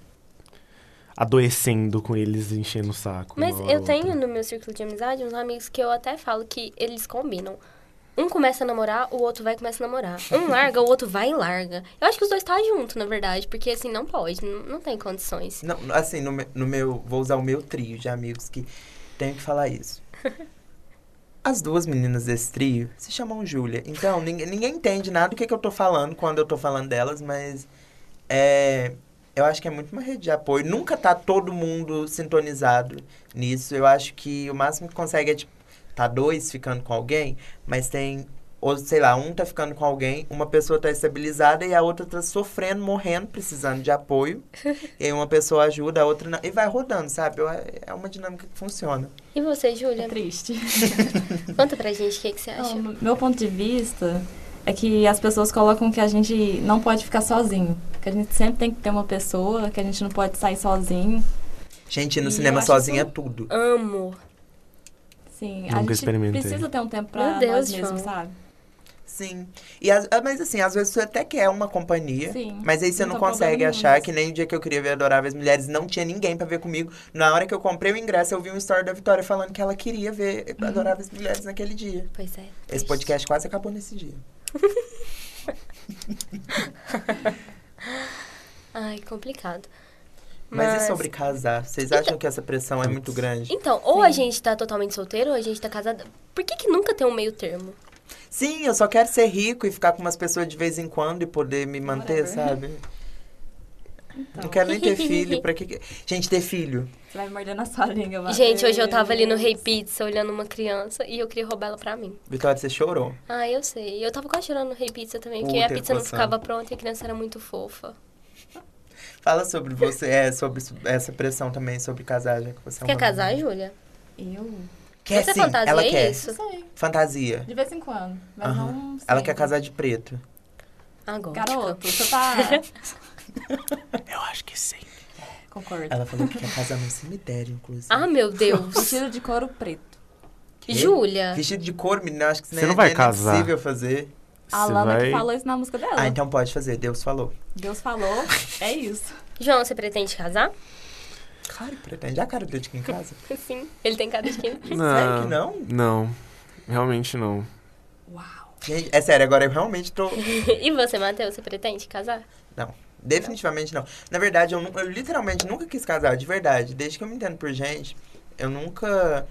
[SPEAKER 7] adoecendo com eles, enchendo o saco.
[SPEAKER 5] Mas
[SPEAKER 7] uma hora
[SPEAKER 5] eu
[SPEAKER 7] outra.
[SPEAKER 5] tenho no meu círculo de amizade uns amigos que eu até falo que eles combinam. Um começa a namorar, o outro vai e começa a namorar. Um larga, o outro vai e larga. Eu acho que os dois tá junto, na verdade, porque assim, não pode, não, não tem condições.
[SPEAKER 4] Não, assim, no, me- no meu. Vou usar o meu trio de amigos que tenho que falar isso. As duas meninas desse trio se chamam Júlia. Então, ninguém, ninguém entende nada do que, que eu tô falando quando eu tô falando delas, mas. É. eu acho que é muito uma rede de apoio. Nunca tá todo mundo sintonizado nisso. Eu acho que o máximo que consegue é, tipo, tá dois ficando com alguém, mas tem, ou sei lá, um tá ficando com alguém, uma pessoa tá estabilizada e a outra tá sofrendo, morrendo, precisando de apoio. e aí uma pessoa ajuda, a outra não. E vai rodando, sabe? Eu- É uma dinâmica que funciona.
[SPEAKER 5] E você, Júlia?
[SPEAKER 6] É triste.
[SPEAKER 5] Conta pra gente o que, que você acha.
[SPEAKER 6] Não, meu ponto de vista é que as pessoas colocam que a gente não pode ficar sozinho. Que a gente sempre tem que ter uma pessoa, que a gente não pode sair sozinho.
[SPEAKER 4] Gente, ir
[SPEAKER 6] E
[SPEAKER 4] no
[SPEAKER 6] eu
[SPEAKER 4] cinema
[SPEAKER 6] acho
[SPEAKER 4] sozinha
[SPEAKER 6] isso-
[SPEAKER 4] é tudo.
[SPEAKER 5] Amo.
[SPEAKER 6] Sim, a
[SPEAKER 7] Nunca
[SPEAKER 6] gente
[SPEAKER 7] experimentei.
[SPEAKER 6] precisa ter um tempo pra
[SPEAKER 5] Meu Deus,
[SPEAKER 6] nós mesmos,
[SPEAKER 5] João.
[SPEAKER 6] sabe?
[SPEAKER 4] Sim. E as- ah, mas assim, às vezes você até quer uma companhia.
[SPEAKER 6] Sim.
[SPEAKER 4] Mas aí você
[SPEAKER 6] Não
[SPEAKER 4] não,
[SPEAKER 6] tá
[SPEAKER 4] consegue
[SPEAKER 6] problema nenhum
[SPEAKER 4] achar
[SPEAKER 6] nisso.
[SPEAKER 4] que nem o dia que eu queria ver Adoráveis Mulheres não tinha ninguém pra ver comigo. Na hora que eu comprei o ingresso, eu vi um story da Vitória falando que ela queria ver
[SPEAKER 6] Uhum.
[SPEAKER 4] Adoráveis Mulheres naquele dia.
[SPEAKER 5] Pois é.
[SPEAKER 4] Esse podcast quase acabou nesse dia.
[SPEAKER 5] Ai, complicado.
[SPEAKER 4] Mas, e sobre casar? Vocês acham que essa pressão é muito grande?
[SPEAKER 5] Então, ou a gente tá totalmente solteiro, ou a gente tá casada. Por que, que nunca tem um meio termo?
[SPEAKER 4] Sim, eu só quero ser rico e ficar com umas pessoas de vez em quando e poder me manter,
[SPEAKER 6] Whatever.
[SPEAKER 4] sabe? Não quero nem ter filho. Pra que... que- Gente, ter filho.
[SPEAKER 6] Então, Você vai mordendo a sua língua. vai.
[SPEAKER 5] Gente, hoje eu tava ali no Rei Pizza olhando uma criança e eu queria roubar ela pra mim.
[SPEAKER 4] Vitória, você chorou.
[SPEAKER 5] Ah, eu sei. Eu tava quase chorando no Rei Pizza também, porque
[SPEAKER 4] Puta, é
[SPEAKER 5] a pizza não
[SPEAKER 4] coçando.
[SPEAKER 5] ficava pronta e a criança era muito fofa.
[SPEAKER 4] Fala sobre você, é, sobre su- essa pressão também, sobre casar, já que você é
[SPEAKER 5] Quer
[SPEAKER 4] uma
[SPEAKER 5] casar,
[SPEAKER 4] menina.
[SPEAKER 5] Júlia?
[SPEAKER 6] Eu? Não
[SPEAKER 4] Quer
[SPEAKER 5] você
[SPEAKER 4] sim,
[SPEAKER 5] fantasia é
[SPEAKER 4] ela quer.
[SPEAKER 5] isso?
[SPEAKER 6] sei.
[SPEAKER 4] Fantasia.
[SPEAKER 6] De vez em quando. Mas
[SPEAKER 4] Aham.
[SPEAKER 6] não.
[SPEAKER 4] Ela
[SPEAKER 6] sempre.
[SPEAKER 4] quer casar de preto.
[SPEAKER 5] Agora.
[SPEAKER 6] Garoto, você tá.
[SPEAKER 7] Eu acho que sim.
[SPEAKER 6] Concordo.
[SPEAKER 4] Ela falou que quer casar num cemitério, inclusive.
[SPEAKER 5] Ah, meu Deus.
[SPEAKER 6] Vestido de couro preto.
[SPEAKER 4] Quê?
[SPEAKER 5] Júlia.
[SPEAKER 4] Vestido de cor, menina, eu acho que isso
[SPEAKER 7] Você
[SPEAKER 4] nem-
[SPEAKER 7] não vai
[SPEAKER 4] nem
[SPEAKER 7] casar.
[SPEAKER 4] é possível fazer.
[SPEAKER 6] A
[SPEAKER 7] Você
[SPEAKER 6] Lana
[SPEAKER 7] vai...
[SPEAKER 6] que falou isso na música dela.
[SPEAKER 4] Ah, então pode fazer, Deus falou.
[SPEAKER 6] Deus falou, é isso.
[SPEAKER 5] João, você pretende casar?
[SPEAKER 4] Claro que pretende. Já cara dele aqui em casa?
[SPEAKER 5] Sim. Ele tem cara de quem?
[SPEAKER 7] Ah.
[SPEAKER 4] Sério
[SPEAKER 5] né?
[SPEAKER 4] que não?
[SPEAKER 7] Não, realmente não.
[SPEAKER 6] Uau.
[SPEAKER 4] Gente, é sério, agora eu realmente tô.
[SPEAKER 5] E você, Matheus, você pretende casar?
[SPEAKER 4] Definitivamente não. Na verdade, eu, nu- eu literalmente nunca quis casar, de verdade. Desde que eu me entendo por gente, eu nunca.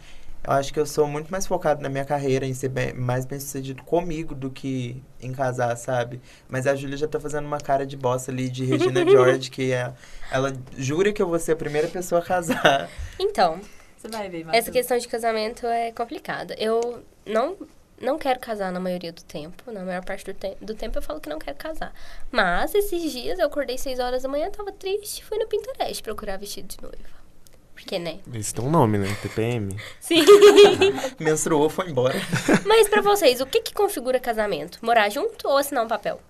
[SPEAKER 4] Eu acho que eu sou muito mais focado na minha carreira, em ser bem- mais bem sucedido comigo do que em casar, sabe? Mas a Júlia já tá fazendo uma cara de bosta ali de Regina George, que é, ela jura que eu vou ser a primeira pessoa a casar.
[SPEAKER 5] Então,
[SPEAKER 6] Você vai ver, Matheus.
[SPEAKER 5] Essa questão de casamento é complicada. Eu não, não quero casar na maioria do tempo. Na maior parte do, te do tempo eu falo que não quero casar. Mas esses dias eu acordei 6 horas da manhã, tava triste, fui no Pinterest procurar vestido de noiva. Porque, né?
[SPEAKER 7] Esse tem um nome, né? TPM.
[SPEAKER 5] Sim.
[SPEAKER 4] Menstruou, foi embora.
[SPEAKER 5] Mas pra vocês, o que que configura casamento? Morar junto ou assinar um papel?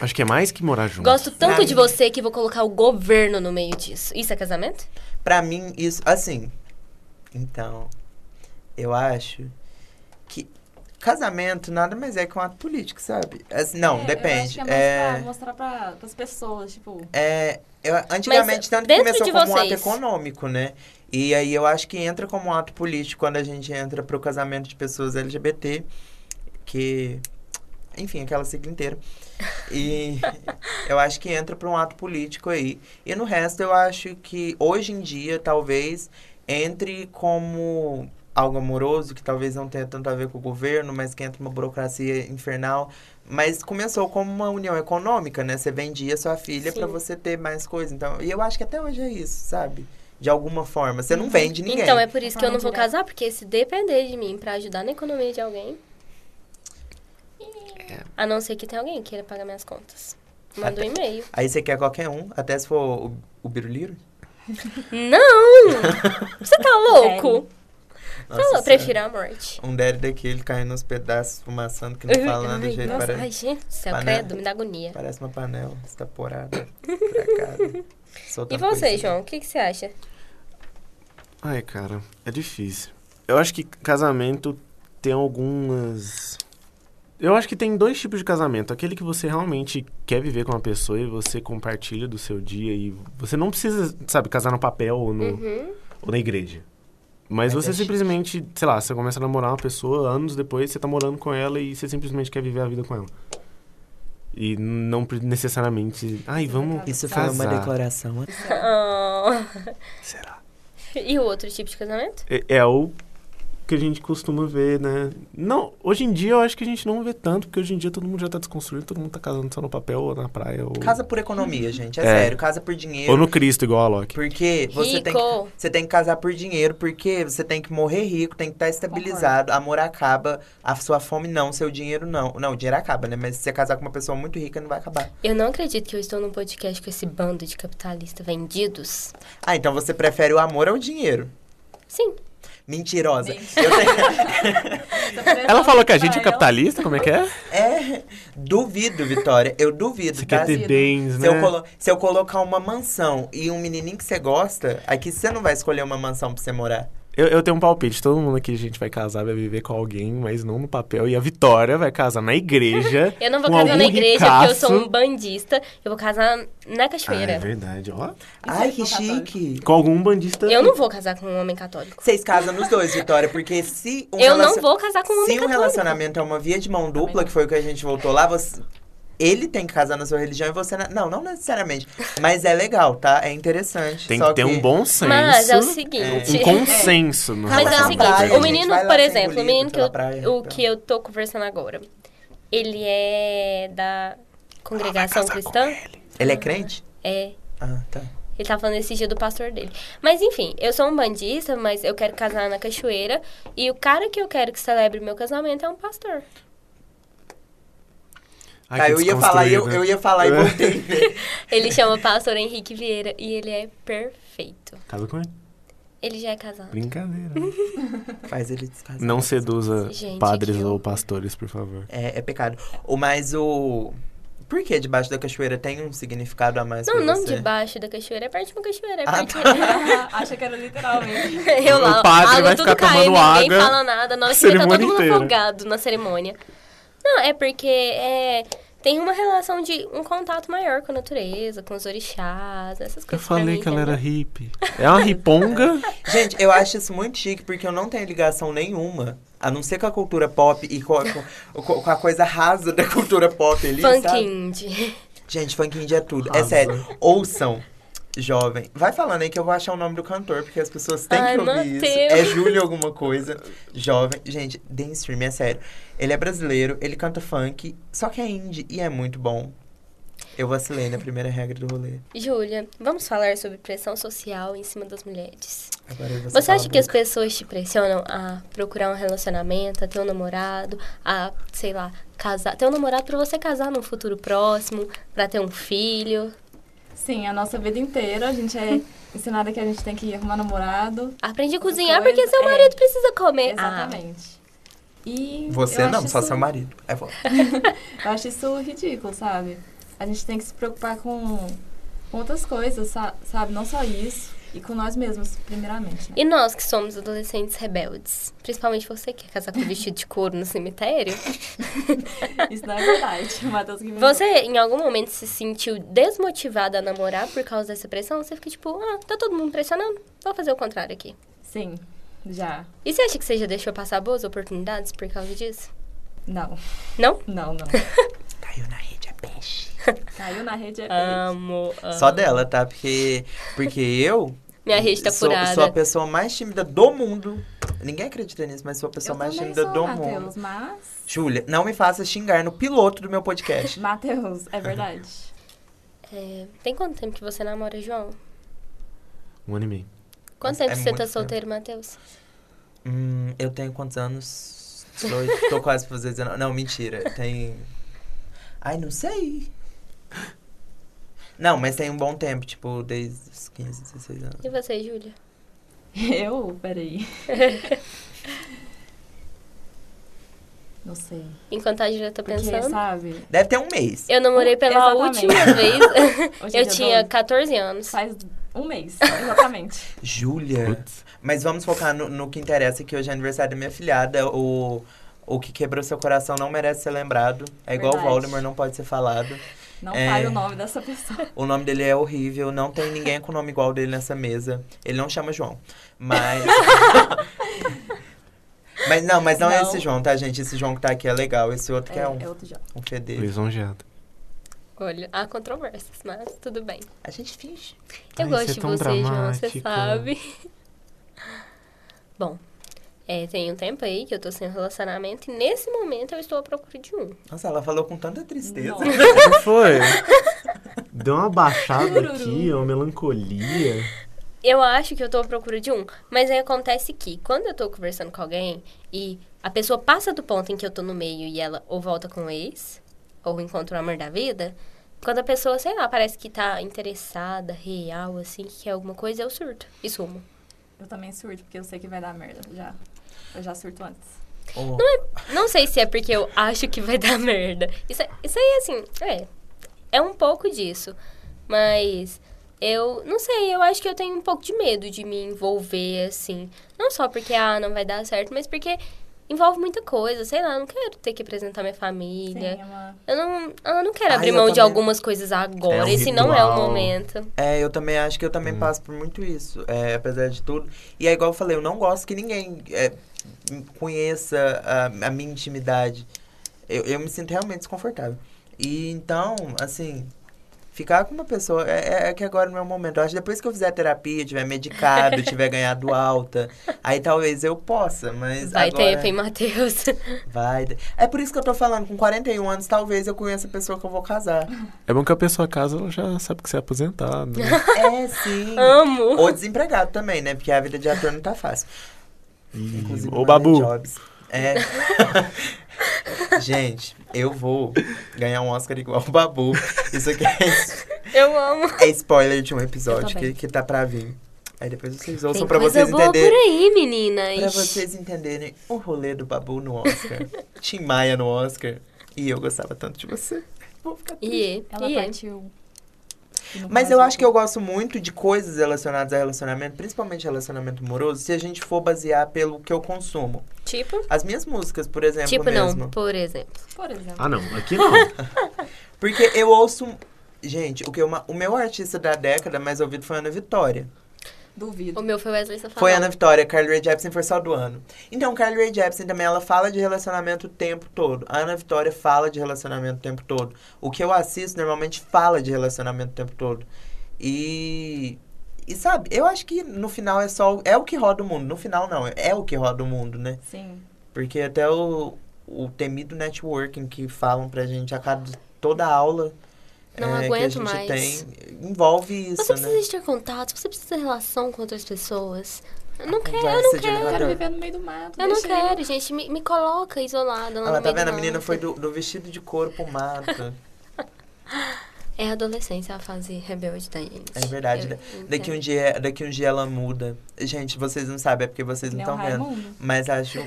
[SPEAKER 7] Acho que é mais que morar junto.
[SPEAKER 5] Gosto tanto
[SPEAKER 4] Pra
[SPEAKER 5] de
[SPEAKER 4] mim-
[SPEAKER 5] você que vou colocar o governo no meio disso. Isso é casamento?
[SPEAKER 4] Pra mim, isso. Assim. Então. Eu acho que. Casamento nada mais é que um ato político, sabe? Assim, não,
[SPEAKER 6] É, Eu acho
[SPEAKER 4] depende.
[SPEAKER 6] que é mais pra
[SPEAKER 4] É,
[SPEAKER 6] mostrar pra, pras pessoas, tipo...
[SPEAKER 4] é, eu- antigamente,
[SPEAKER 5] Mas
[SPEAKER 4] tanto que
[SPEAKER 5] dentro
[SPEAKER 4] começou
[SPEAKER 5] de
[SPEAKER 4] como um ato
[SPEAKER 5] vocês-
[SPEAKER 4] econômico, né? E aí eu acho que entra como um ato político quando a gente entra pro casamento de pessoas LGBT, que. Enfim, aquela sigla inteira. E eu acho que entra pra um ato político aí. E no resto, eu acho que hoje em dia, talvez, entre como algo amoroso, que talvez não tenha tanto a ver com o governo, mas que entra uma burocracia infernal. Mas começou como uma união econômica, né? Você vendia sua filha pra
[SPEAKER 5] Sim.
[SPEAKER 4] você ter mais coisa. Então, e eu acho que até hoje é isso, sabe? De alguma forma. Você não vende ninguém.
[SPEAKER 5] Então é por isso que eu não
[SPEAKER 6] Falando
[SPEAKER 5] vou
[SPEAKER 6] direto.
[SPEAKER 5] casar, porque se depender de mim pra ajudar na economia de alguém.
[SPEAKER 4] É.
[SPEAKER 5] A não ser que tenha alguém queira pagar minhas contas. Manda um e-mail.
[SPEAKER 4] Aí você quer qualquer um, até se for o, o Biruliro.
[SPEAKER 5] Não! Você tá louco?
[SPEAKER 4] Nossa
[SPEAKER 5] Não,
[SPEAKER 4] Senhora.
[SPEAKER 5] eu prefiro a morte.
[SPEAKER 4] Um daddy daquele caindo nos pedaços, fumaçando, que não fala nada
[SPEAKER 5] Uhum. Ai,
[SPEAKER 4] do jeito.
[SPEAKER 5] nossa,
[SPEAKER 4] Parece,
[SPEAKER 5] ai, gente do céu,
[SPEAKER 4] Banana.
[SPEAKER 5] credo, me dá agonia.
[SPEAKER 4] parece uma panela estaporada. Fracada.
[SPEAKER 5] E
[SPEAKER 4] soltando
[SPEAKER 5] você,
[SPEAKER 4] coisinha.
[SPEAKER 5] João, o que, que você acha?
[SPEAKER 7] Ai, cara, é difícil. Eu acho que casamento tem algumas. Eu acho que tem dois tipos de casamento. Aquele que você realmente quer viver com uma pessoa e você compartilha do seu dia e você não precisa, sabe, casar no papel ou, no,
[SPEAKER 5] Uhum.
[SPEAKER 7] ou na igreja. Mas
[SPEAKER 4] Mas
[SPEAKER 7] você
[SPEAKER 4] é chique.
[SPEAKER 7] simplesmente, sei lá, você começa a namorar uma pessoa, anos depois você tá morando com ela e você simplesmente quer viver a vida com ela. E não pre- necessariamente. Ai, vamos.
[SPEAKER 4] Isso foi uma
[SPEAKER 7] casar."
[SPEAKER 4] declaração.
[SPEAKER 5] Ah,
[SPEAKER 7] Será?
[SPEAKER 5] E o outro tipo de casamento?
[SPEAKER 7] É, é o que a gente costuma ver, né? Não, hoje em dia eu acho que a gente não vê tanto, porque hoje em dia todo mundo já tá desconstruído, todo mundo tá casando só no papel ou na praia. Ou,
[SPEAKER 4] Casa por economia, gente. É,
[SPEAKER 7] É.
[SPEAKER 4] sério. Casa por dinheiro.
[SPEAKER 7] ou no Cristo, igual a Loki.
[SPEAKER 4] Porque você tem,
[SPEAKER 5] Rico.
[SPEAKER 4] que, você tem que casar por dinheiro, porque você tem que morrer rico, tem que estar estabilizado. Amor acaba, a sua fome não, seu dinheiro não. Não, o dinheiro acaba, né? Mas se você casar com uma pessoa muito rica, não vai acabar.
[SPEAKER 5] Eu não acredito que eu estou num podcast com esse bando de capitalistas vendidos.
[SPEAKER 4] Ah, então você prefere o amor ao dinheiro.
[SPEAKER 5] Sim.
[SPEAKER 4] Mentirosa. Eu tenho-
[SPEAKER 7] Ela falou que a gente é capitalista, como é que é?
[SPEAKER 4] É, duvido, Vitória. Eu duvido,
[SPEAKER 7] Você
[SPEAKER 4] tá?
[SPEAKER 7] quer ter bens,
[SPEAKER 4] Se eu,
[SPEAKER 7] né?
[SPEAKER 4] colo- se eu colocar uma mansão e um menininho que você gosta, aqui você não vai escolher uma mansão pra você morar.
[SPEAKER 7] Eu, eu tenho um palpite. Todo mundo aqui, a gente vai casar, vai viver com alguém, mas não no papel. E a Vitória vai casar na igreja.
[SPEAKER 5] Eu não vou
[SPEAKER 7] com
[SPEAKER 5] casar na
[SPEAKER 7] algum
[SPEAKER 5] igreja porque eu
[SPEAKER 7] ricaço.
[SPEAKER 5] sou um bandista. Eu vou casar na
[SPEAKER 7] Ah, é
[SPEAKER 5] cachoeira.
[SPEAKER 7] verdade, ó.
[SPEAKER 4] Ai, que
[SPEAKER 6] for católico?
[SPEAKER 4] chique.
[SPEAKER 7] Com algum bandista.
[SPEAKER 5] eu não vou casar com um homem católico.
[SPEAKER 4] Vocês casam nos dois, Vitória, porque se um
[SPEAKER 5] eu
[SPEAKER 4] relacion-
[SPEAKER 5] não vou casar com um homem
[SPEAKER 4] Se um
[SPEAKER 5] católico.
[SPEAKER 4] relacionamento é uma via de mão dupla, que foi o que a gente voltou lá, você- ele tem que casar na sua religião e você. Na... Não, não necessariamente. Mas é legal, tá? É interessante.
[SPEAKER 7] Tem
[SPEAKER 4] só
[SPEAKER 7] que ter um bom senso.
[SPEAKER 5] Mas é o
[SPEAKER 7] Um
[SPEAKER 5] seguinte.
[SPEAKER 7] consenso no
[SPEAKER 5] Mas é o
[SPEAKER 4] Fala
[SPEAKER 7] relacionamento.
[SPEAKER 5] seguinte,
[SPEAKER 4] pra praia,
[SPEAKER 5] o
[SPEAKER 4] gente,
[SPEAKER 5] menino,
[SPEAKER 4] vai lá
[SPEAKER 5] por
[SPEAKER 4] ser
[SPEAKER 5] exemplo, o
[SPEAKER 4] engolido
[SPEAKER 5] menino que
[SPEAKER 4] pela
[SPEAKER 5] eu,
[SPEAKER 4] praia,
[SPEAKER 5] o
[SPEAKER 4] então.
[SPEAKER 5] que eu tô conversando agora, ele é da congregação cristã?
[SPEAKER 4] Ele é crente?
[SPEAKER 5] É.
[SPEAKER 4] Ah, tá.
[SPEAKER 5] Ele tá falando esse dia do pastor dele. Mas enfim, eu sou um bandista, mas eu quero casar na cachoeira. E o cara que eu quero que celebre meu casamento é um pastor.
[SPEAKER 7] Ai,
[SPEAKER 4] Tá,
[SPEAKER 7] que
[SPEAKER 4] eu ia falar, eu, eu
[SPEAKER 7] desconstruída.
[SPEAKER 4] ia falar e
[SPEAKER 7] É.
[SPEAKER 4] voltei. né?
[SPEAKER 5] Ele chama pastor Henrique Vieira e ele é perfeito.
[SPEAKER 7] Casa com ele.
[SPEAKER 5] Ele já é casado.
[SPEAKER 7] Brincadeira.
[SPEAKER 4] Faz ele descasar.
[SPEAKER 7] Não seduza
[SPEAKER 5] Gente,
[SPEAKER 7] padres
[SPEAKER 5] que
[SPEAKER 7] ou
[SPEAKER 5] horror.
[SPEAKER 7] pastores, por favor.
[SPEAKER 4] É, é pecado. O, mas o. Por que debaixo da cachoeira tem um significado a mais?
[SPEAKER 5] Não,
[SPEAKER 4] pra
[SPEAKER 5] não
[SPEAKER 4] você?
[SPEAKER 5] debaixo da cachoeira, é perto de uma cachoeira. É
[SPEAKER 4] Ah,
[SPEAKER 5] perto
[SPEAKER 4] tá.
[SPEAKER 6] Acha que era literalmente.
[SPEAKER 5] Eu
[SPEAKER 7] O
[SPEAKER 5] lá,
[SPEAKER 7] padre
[SPEAKER 5] água
[SPEAKER 7] vai
[SPEAKER 5] tudo
[SPEAKER 7] ficar tomando
[SPEAKER 5] caindo, ninguém
[SPEAKER 7] água
[SPEAKER 5] fala nada. Na hora
[SPEAKER 7] a
[SPEAKER 5] que fica tá todo
[SPEAKER 7] cerimônia
[SPEAKER 5] mundo
[SPEAKER 7] inteira.
[SPEAKER 5] afogado na cerimônia. Não, é porque é, tem uma relação de um contato maior com a natureza, com os orixás, essas
[SPEAKER 7] Eu
[SPEAKER 5] coisas. pra
[SPEAKER 7] falei
[SPEAKER 5] mim,
[SPEAKER 7] que ela era
[SPEAKER 5] entendeu?
[SPEAKER 7] hippie. É uma riponga.
[SPEAKER 4] Gente, eu acho isso muito chique, porque eu não tenho ligação nenhuma. A não ser com a cultura pop e com a, com- com a coisa rasa da cultura pop ali,
[SPEAKER 5] Funk
[SPEAKER 4] sabe?
[SPEAKER 5] indie.
[SPEAKER 4] Gente, funk indie é tudo. É
[SPEAKER 7] Arrasou.
[SPEAKER 4] sério. Ouçam, jovem. Vai falando aí que eu vou achar o nome do cantor, porque as pessoas têm
[SPEAKER 5] Ai,
[SPEAKER 4] que ouvir isso.
[SPEAKER 5] Mateus.
[SPEAKER 4] É Júlio alguma coisa. Jovem. Gente, The Stream, é sério. Ele é brasileiro, ele canta funk, só que é indie e é muito bom. Eu vacilei na primeira regra do rolê.
[SPEAKER 5] Júlia, vamos falar sobre pressão social em cima das mulheres.
[SPEAKER 4] Agora você
[SPEAKER 5] Você
[SPEAKER 4] fala, um
[SPEAKER 5] acha que as
[SPEAKER 4] Boca.
[SPEAKER 5] pessoas te pressionam a procurar um relacionamento, a ter um namorado, a, sei lá, casar? Ter um namorado pra você casar num futuro próximo, pra ter um filho?
[SPEAKER 6] Sim, a nossa vida inteira a gente é ensinada que a gente tem que arrumar namorado.
[SPEAKER 5] Aprende a
[SPEAKER 6] Essas
[SPEAKER 5] cozinhar
[SPEAKER 6] coisas,
[SPEAKER 5] porque seu
[SPEAKER 6] é.
[SPEAKER 5] marido precisa comer.
[SPEAKER 6] Exatamente. E
[SPEAKER 4] Você
[SPEAKER 6] eu
[SPEAKER 4] não,
[SPEAKER 6] acho
[SPEAKER 4] só
[SPEAKER 6] isso-
[SPEAKER 4] seu marido. É bom.
[SPEAKER 6] Eu acho isso ridículo, sabe? A gente tem que se preocupar com com outras coisas, sa- sabe? Não só isso. E com nós mesmos, primeiramente. né?
[SPEAKER 5] Ah. E nós que somos adolescentes rebeldes, principalmente você que quer casar com um vestido de couro no cemitério,
[SPEAKER 6] Isso não é verdade. O Matheus que inventou.
[SPEAKER 5] você em algum momento se sentiu desmotivada a namorar por causa dessa pressão? Você fica tipo, ah, tá todo mundo pressionando, vou fazer o contrário aqui.
[SPEAKER 6] Sim, já.
[SPEAKER 5] E você acha que você já deixou passar boas oportunidades por causa disso?
[SPEAKER 6] Não,
[SPEAKER 5] Não?
[SPEAKER 6] não, não.
[SPEAKER 4] Caiu na rede, é peixe.
[SPEAKER 6] Caiu na rede é peixe.
[SPEAKER 5] Amo, amo.
[SPEAKER 4] Só dela, tá? Porque, porque eu
[SPEAKER 5] Minha rede tá
[SPEAKER 4] sou,
[SPEAKER 5] furada.
[SPEAKER 4] sou a pessoa mais tímida do mundo. Ninguém acredita nisso, mas sou a pessoa
[SPEAKER 6] Eu
[SPEAKER 4] mais
[SPEAKER 6] também
[SPEAKER 4] tímida
[SPEAKER 6] sou
[SPEAKER 4] do mundo.
[SPEAKER 6] Matheus, mas...
[SPEAKER 4] Júlia, não me faça xingar no piloto do meu podcast.
[SPEAKER 6] Matheus, é verdade.
[SPEAKER 5] É, tem quanto tempo que você namora, João?
[SPEAKER 7] Um ano e meio.
[SPEAKER 5] Quanto
[SPEAKER 4] É
[SPEAKER 5] tempo você
[SPEAKER 4] muito
[SPEAKER 5] tá
[SPEAKER 4] tempo.
[SPEAKER 5] solteiro, Matheus?
[SPEAKER 4] Hum, eu tenho quantos anos? 18, tô quase pra fazer 19. Não, mentira. Tem. Ai, não sei. Não, mas tem um bom tempo, tipo, desde os 15, 16 anos.
[SPEAKER 5] E você, Júlia?
[SPEAKER 6] Eu? Peraí. Não sei.
[SPEAKER 5] Enquanto a Júlia tá
[SPEAKER 6] Porque,
[SPEAKER 5] pensando.
[SPEAKER 6] sabe?
[SPEAKER 4] Deve ter um mês.
[SPEAKER 5] Eu namorei pela
[SPEAKER 6] Exatamente.
[SPEAKER 5] última vez.
[SPEAKER 6] Hoje é
[SPEAKER 5] Eu
[SPEAKER 6] dia
[SPEAKER 5] tinha
[SPEAKER 6] 12,
[SPEAKER 5] 14 anos.
[SPEAKER 6] Faz um mês, exatamente.
[SPEAKER 7] É.
[SPEAKER 4] Júlia. Mas vamos focar no, no que interessa, que hoje é aniversário da minha filhada. O, o que quebrou seu coração não merece ser lembrado. É igual
[SPEAKER 6] Verdade.
[SPEAKER 4] Voldemort, não pode ser falado.
[SPEAKER 6] Não
[SPEAKER 4] É.
[SPEAKER 6] fale o nome dessa pessoa.
[SPEAKER 4] O nome dele é horrível, não tem ninguém com nome igual dele nessa mesa. Ele não chama João. Mas. mas não, mas não, é
[SPEAKER 6] Não.
[SPEAKER 4] esse João, tá, gente? Esse João que tá aqui é legal. Esse outro que é, um,
[SPEAKER 6] é outro jogo.
[SPEAKER 4] um fedê.
[SPEAKER 7] Lisonjeado.
[SPEAKER 5] Olha, há controvérsias, mas tudo bem.
[SPEAKER 4] A gente finge.
[SPEAKER 5] Eu
[SPEAKER 7] Ai,
[SPEAKER 5] gosto
[SPEAKER 7] você é
[SPEAKER 5] de
[SPEAKER 7] tão
[SPEAKER 5] você, João, você
[SPEAKER 7] dramática.
[SPEAKER 5] sabe. Bom, É, tem um tempo aí que eu tô sem relacionamento e nesse momento eu estou à procura de um.
[SPEAKER 4] Nossa, ela falou com tanta tristeza.
[SPEAKER 7] Não foi? Deu uma baixada aqui, é uma melancolia.
[SPEAKER 5] Eu acho que eu tô à procura de um, mas aí acontece que quando eu tô conversando com alguém e a pessoa passa do ponto em que eu tô no meio e ela ou volta com o ex, ou encontra o amor da vida, quando a pessoa, sei lá, parece que tá interessada, real, assim, que quer alguma coisa, eu surto e sumo.
[SPEAKER 6] Eu também surto, porque eu sei que vai dar merda. Já. Eu já surto antes.
[SPEAKER 4] Ô,
[SPEAKER 5] Não, é- não sei se é porque eu acho que vai dar merda. Isso, é- isso aí, assim, é. É um pouco disso. Mas eu não sei, eu acho que eu tenho um pouco de medo de me envolver, assim. Não só porque, ah, não vai dar certo, mas porque envolve muita coisa. Sei lá, eu não quero ter que apresentar minha
[SPEAKER 6] Sim,
[SPEAKER 5] família.
[SPEAKER 6] é uma...
[SPEAKER 5] Eu não, eu não quero
[SPEAKER 4] Ah,
[SPEAKER 5] abrir
[SPEAKER 4] eu
[SPEAKER 5] mão de
[SPEAKER 4] também-
[SPEAKER 5] algumas coisas agora.
[SPEAKER 7] É um
[SPEAKER 5] Esse não é o
[SPEAKER 7] ritual.
[SPEAKER 5] momento.
[SPEAKER 4] É, eu também acho que eu também
[SPEAKER 7] Hum.
[SPEAKER 4] passo por muito isso, é, apesar de tudo. E é igual eu falei, eu não gosto que ninguém é, m- conheça a, a minha intimidade. Eu, eu me sinto realmente desconfortável. E então, assim, ficar com uma pessoa é, é- é que agora não é o momento. Eu acho que depois que eu fizer a terapia, tiver medicado, tiver ganhado alta, aí talvez eu possa, mas
[SPEAKER 5] Vai
[SPEAKER 4] agora...
[SPEAKER 5] ter, hein, Matheus?
[SPEAKER 4] Vai. ter. É por isso que eu tô falando, com 41 anos, talvez eu conheça a pessoa que eu vou casar.
[SPEAKER 7] É bom que a pessoa casa ela já sabe que você é aposentado. né?
[SPEAKER 4] é, sim.
[SPEAKER 5] Amo!
[SPEAKER 4] Ou desempregado também, né? Porque a vida de ator não tá fácil.
[SPEAKER 7] E,
[SPEAKER 4] Inclusive,
[SPEAKER 7] ô, Babu,
[SPEAKER 4] Marlon Jobs. É. Gente, eu vou ganhar um Oscar igual o Babu. Isso aqui é,
[SPEAKER 5] Eu amo!
[SPEAKER 4] é spoiler de um episódio que,
[SPEAKER 5] bem.
[SPEAKER 4] que tá pra vir. Aí depois vocês
[SPEAKER 5] Tem
[SPEAKER 4] ouçam Então, pra
[SPEAKER 5] coisa
[SPEAKER 4] vocês
[SPEAKER 5] boa por
[SPEAKER 4] entenderem.
[SPEAKER 5] aí, meninas.
[SPEAKER 4] Pra vocês entenderem o rolê do Babu no Oscar. Tim Maia no Oscar. E eu gostava tanto de você. Vou ficar triste.
[SPEAKER 5] E, é. um.
[SPEAKER 6] Ela
[SPEAKER 5] e
[SPEAKER 6] partiu.
[SPEAKER 4] Mas eu acho que eu gosto muito de coisas relacionadas a relacionamento, principalmente relacionamento amoroso, se a gente for basear pelo que eu consumo.
[SPEAKER 5] tipo?
[SPEAKER 4] As minhas músicas, por exemplo,
[SPEAKER 5] Tipo
[SPEAKER 4] mesmo.
[SPEAKER 5] não, por exemplo.
[SPEAKER 6] Por exemplo.
[SPEAKER 7] Ah, não. Aqui não.
[SPEAKER 4] Porque eu ouço. Gente, o, que uma- o meu artista da década mais ouvido foi Ana Vitória.
[SPEAKER 6] Duvido.
[SPEAKER 5] O meu foi Wesley Safadão.
[SPEAKER 4] Foi Ana Vitória, Carly Rae Jepsen foi só do ano. Então, Carly Rae Jepsen também, ela fala de relacionamento o tempo todo. A Ana Vitória fala de relacionamento o tempo todo. O que eu assisto normalmente fala de relacionamento o tempo todo. E... E sabe, eu acho que no final é só... É o que roda o mundo. No final, não. É o que roda o mundo, né?
[SPEAKER 6] Sim.
[SPEAKER 4] Porque até o, o temido networking que falam pra gente a cada toda aula
[SPEAKER 5] Não
[SPEAKER 4] é, que a
[SPEAKER 5] aguento
[SPEAKER 4] gente
[SPEAKER 5] mais.
[SPEAKER 4] tem envolve isso,
[SPEAKER 5] Você
[SPEAKER 4] né?
[SPEAKER 5] precisa de ter contato, você precisa ter relação com outras pessoas. Eu não quero, eu
[SPEAKER 4] Conversa
[SPEAKER 5] não
[SPEAKER 4] de
[SPEAKER 5] quero.
[SPEAKER 6] Eu quero
[SPEAKER 4] elevador.
[SPEAKER 6] viver no meio do mato.
[SPEAKER 5] Eu não
[SPEAKER 6] deixa eu.
[SPEAKER 5] quero, gente. Me, me coloca isolada lá
[SPEAKER 4] Ela
[SPEAKER 5] no
[SPEAKER 4] tá
[SPEAKER 5] meio do
[SPEAKER 4] vendo? A menina
[SPEAKER 5] mato.
[SPEAKER 4] foi do, do vestido de couro pro mato.
[SPEAKER 5] É a adolescência, a fase rebelde da gente.
[SPEAKER 4] É verdade.
[SPEAKER 5] Eu-
[SPEAKER 4] Da- daqui, um dia, daqui um dia ela muda. Gente, vocês não sabem, é porque vocês não
[SPEAKER 6] Leão
[SPEAKER 4] estão vendo.
[SPEAKER 6] um Raimundo.
[SPEAKER 4] Mas a, Ju...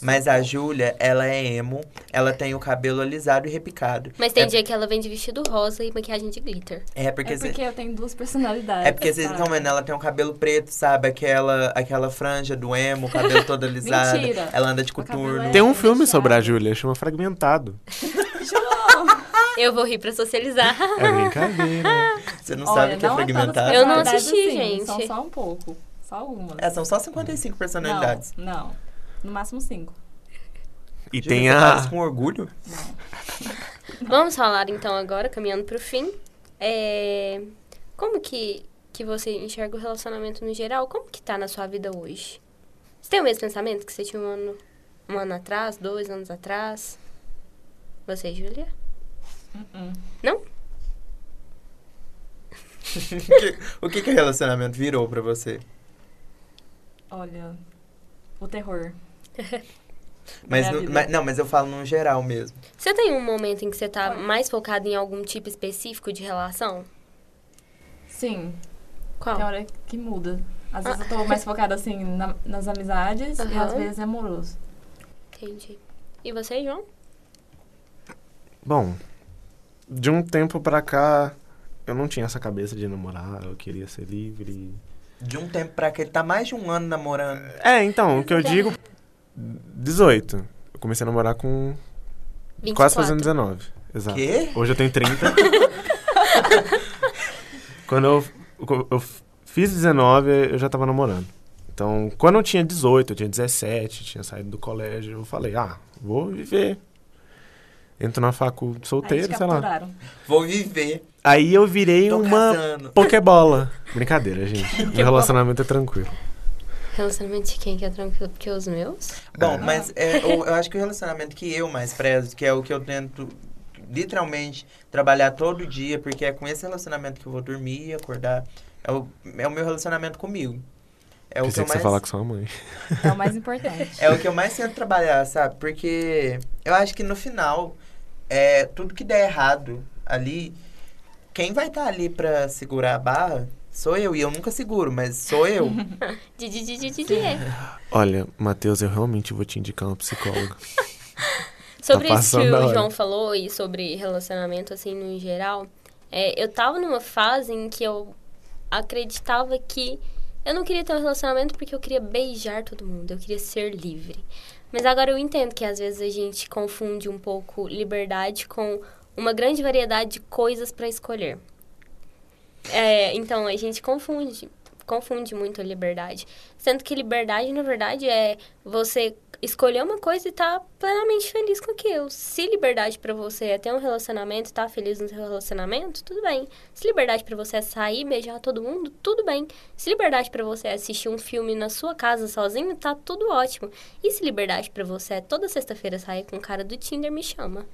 [SPEAKER 4] Mas a Júlia, ela é emo, ela tem o cabelo alisado e repicado.
[SPEAKER 5] Mas tem
[SPEAKER 4] É-
[SPEAKER 5] dia que ela vem de vestido rosa e maquiagem de glitter.
[SPEAKER 4] É porque,
[SPEAKER 6] é
[SPEAKER 4] cê-
[SPEAKER 6] porque eu tenho duas personalidades.
[SPEAKER 4] É porque vocês estão vendo, ela tem um cabelo preto, sabe? Aquela, aquela franja do emo, o cabelo todo alisado.
[SPEAKER 6] Mentira.
[SPEAKER 4] Ela anda tipo, de
[SPEAKER 6] O cabelo
[SPEAKER 4] coturno.
[SPEAKER 6] é-
[SPEAKER 7] Tem um filme sobre a Júlia, chama Fragmentado.
[SPEAKER 5] Eu vou rir pra socializar.
[SPEAKER 7] É brincadeira.
[SPEAKER 4] Você não
[SPEAKER 6] Olha,
[SPEAKER 4] sabe o que é
[SPEAKER 6] não todas as
[SPEAKER 4] fragmentado?
[SPEAKER 5] Eu não
[SPEAKER 6] personalidades,
[SPEAKER 5] assisti,
[SPEAKER 6] sim,
[SPEAKER 5] gente.
[SPEAKER 6] São só um pouco. Só algumas.
[SPEAKER 4] É, são só 55 personalidades.
[SPEAKER 6] Não, não. No máximo cinco.
[SPEAKER 7] E
[SPEAKER 4] Júlia,
[SPEAKER 7] tem
[SPEAKER 4] você fala isso
[SPEAKER 7] a.
[SPEAKER 4] com orgulho?
[SPEAKER 5] Vamos falar então agora, caminhando pro fim. É... Como que, que você enxerga o relacionamento no geral? Como que tá na sua vida hoje? Você tem o mesmo pensamento que você tinha um ano, um ano atrás, dois anos atrás? Você, Júlia?
[SPEAKER 6] Uh-uh.
[SPEAKER 4] O que, que o relacionamento virou pra você?
[SPEAKER 6] Olha, o terror.
[SPEAKER 4] Mas,
[SPEAKER 6] Minha
[SPEAKER 4] no-
[SPEAKER 6] vida.
[SPEAKER 4] mas- não, mas eu falo no geral mesmo.
[SPEAKER 5] Você tem um momento em que você tá mais focado em algum tipo específico de relação? Então,
[SPEAKER 6] Sim,
[SPEAKER 5] Qual?
[SPEAKER 6] tem hora que muda. Às vezes eu tô mais focada, assim, na- nas amizades e
[SPEAKER 5] Aham.
[SPEAKER 6] às vezes é amoroso.
[SPEAKER 5] Entendi. E você, João?
[SPEAKER 7] Bom, de um tempo pra cá, eu não tinha essa cabeça de namorar, eu queria ser livre.
[SPEAKER 4] De um tempo pra cá, ele tá mais de um ano namorando.
[SPEAKER 7] É, então, o que eu digo. 18. Eu comecei a namorar com
[SPEAKER 5] 24.
[SPEAKER 7] quase fazendo 19. Exato.
[SPEAKER 4] Quê?
[SPEAKER 7] Hoje eu tenho 30. quando eu, eu- eu fiz 19, eu já tava namorando. Então, quando eu tinha 18, eu tinha 17, tinha saído do colégio, eu falei, ah, vou viver. Entro na facu
[SPEAKER 6] Aí
[SPEAKER 7] solteiro,
[SPEAKER 6] te
[SPEAKER 7] sei lá.
[SPEAKER 6] capturaram.
[SPEAKER 4] Vou viver.
[SPEAKER 7] Aí eu virei
[SPEAKER 4] Tô
[SPEAKER 7] uma
[SPEAKER 4] casando.
[SPEAKER 7] Pokébola. Brincadeira, gente. Meu relacionamento é tranquilo.
[SPEAKER 5] Relacionamento de quem que é tranquilo? Porque os meus?
[SPEAKER 4] Bom, mas é, eu, eu acho que o relacionamento que eu mais prezo, que é o que eu tento literalmente trabalhar todo dia, porque é com esse relacionamento que eu vou dormir e acordar. É o, é o meu relacionamento comigo. É o que
[SPEAKER 2] Pensei
[SPEAKER 4] eu
[SPEAKER 2] que, você ia
[SPEAKER 4] mais.
[SPEAKER 2] falar com sua mãe.
[SPEAKER 6] É o mais importante.
[SPEAKER 4] É o que eu mais tento trabalhar, sabe? Porque eu acho que no final, é, tudo que der errado ali, quem vai estar ali pra segurar a barra sou eu. E eu nunca seguro, mas sou eu.
[SPEAKER 5] Di, di, di, di, di, di, é.
[SPEAKER 2] Olha, Matheus, eu realmente vou te indicar um psicólogo.
[SPEAKER 5] Sobre
[SPEAKER 2] Tá
[SPEAKER 5] isso que
[SPEAKER 2] passando a
[SPEAKER 5] o
[SPEAKER 2] hora.
[SPEAKER 5] João falou e sobre relacionamento, assim, no geral, é, eu tava numa fase em que eu acreditava que eu não queria ter um relacionamento porque eu queria beijar todo mundo, eu queria ser livre. Mas agora eu entendo que às vezes a gente confunde um pouco liberdade com uma grande variedade de coisas pra escolher. É, então a gente confunde, confunde muito a liberdade. Sendo que liberdade, na verdade, é você escolher uma coisa e tá plenamente feliz com aquilo. Se liberdade pra você é ter um relacionamento, tá feliz no seu relacionamento, tudo bem. Se liberdade pra você é sair, beijar todo mundo, tudo bem. Se liberdade pra você é assistir um filme na sua casa sozinho, tá tudo ótimo. E se liberdade pra você é toda sexta-feira sair com o cara do Tinder, me chama.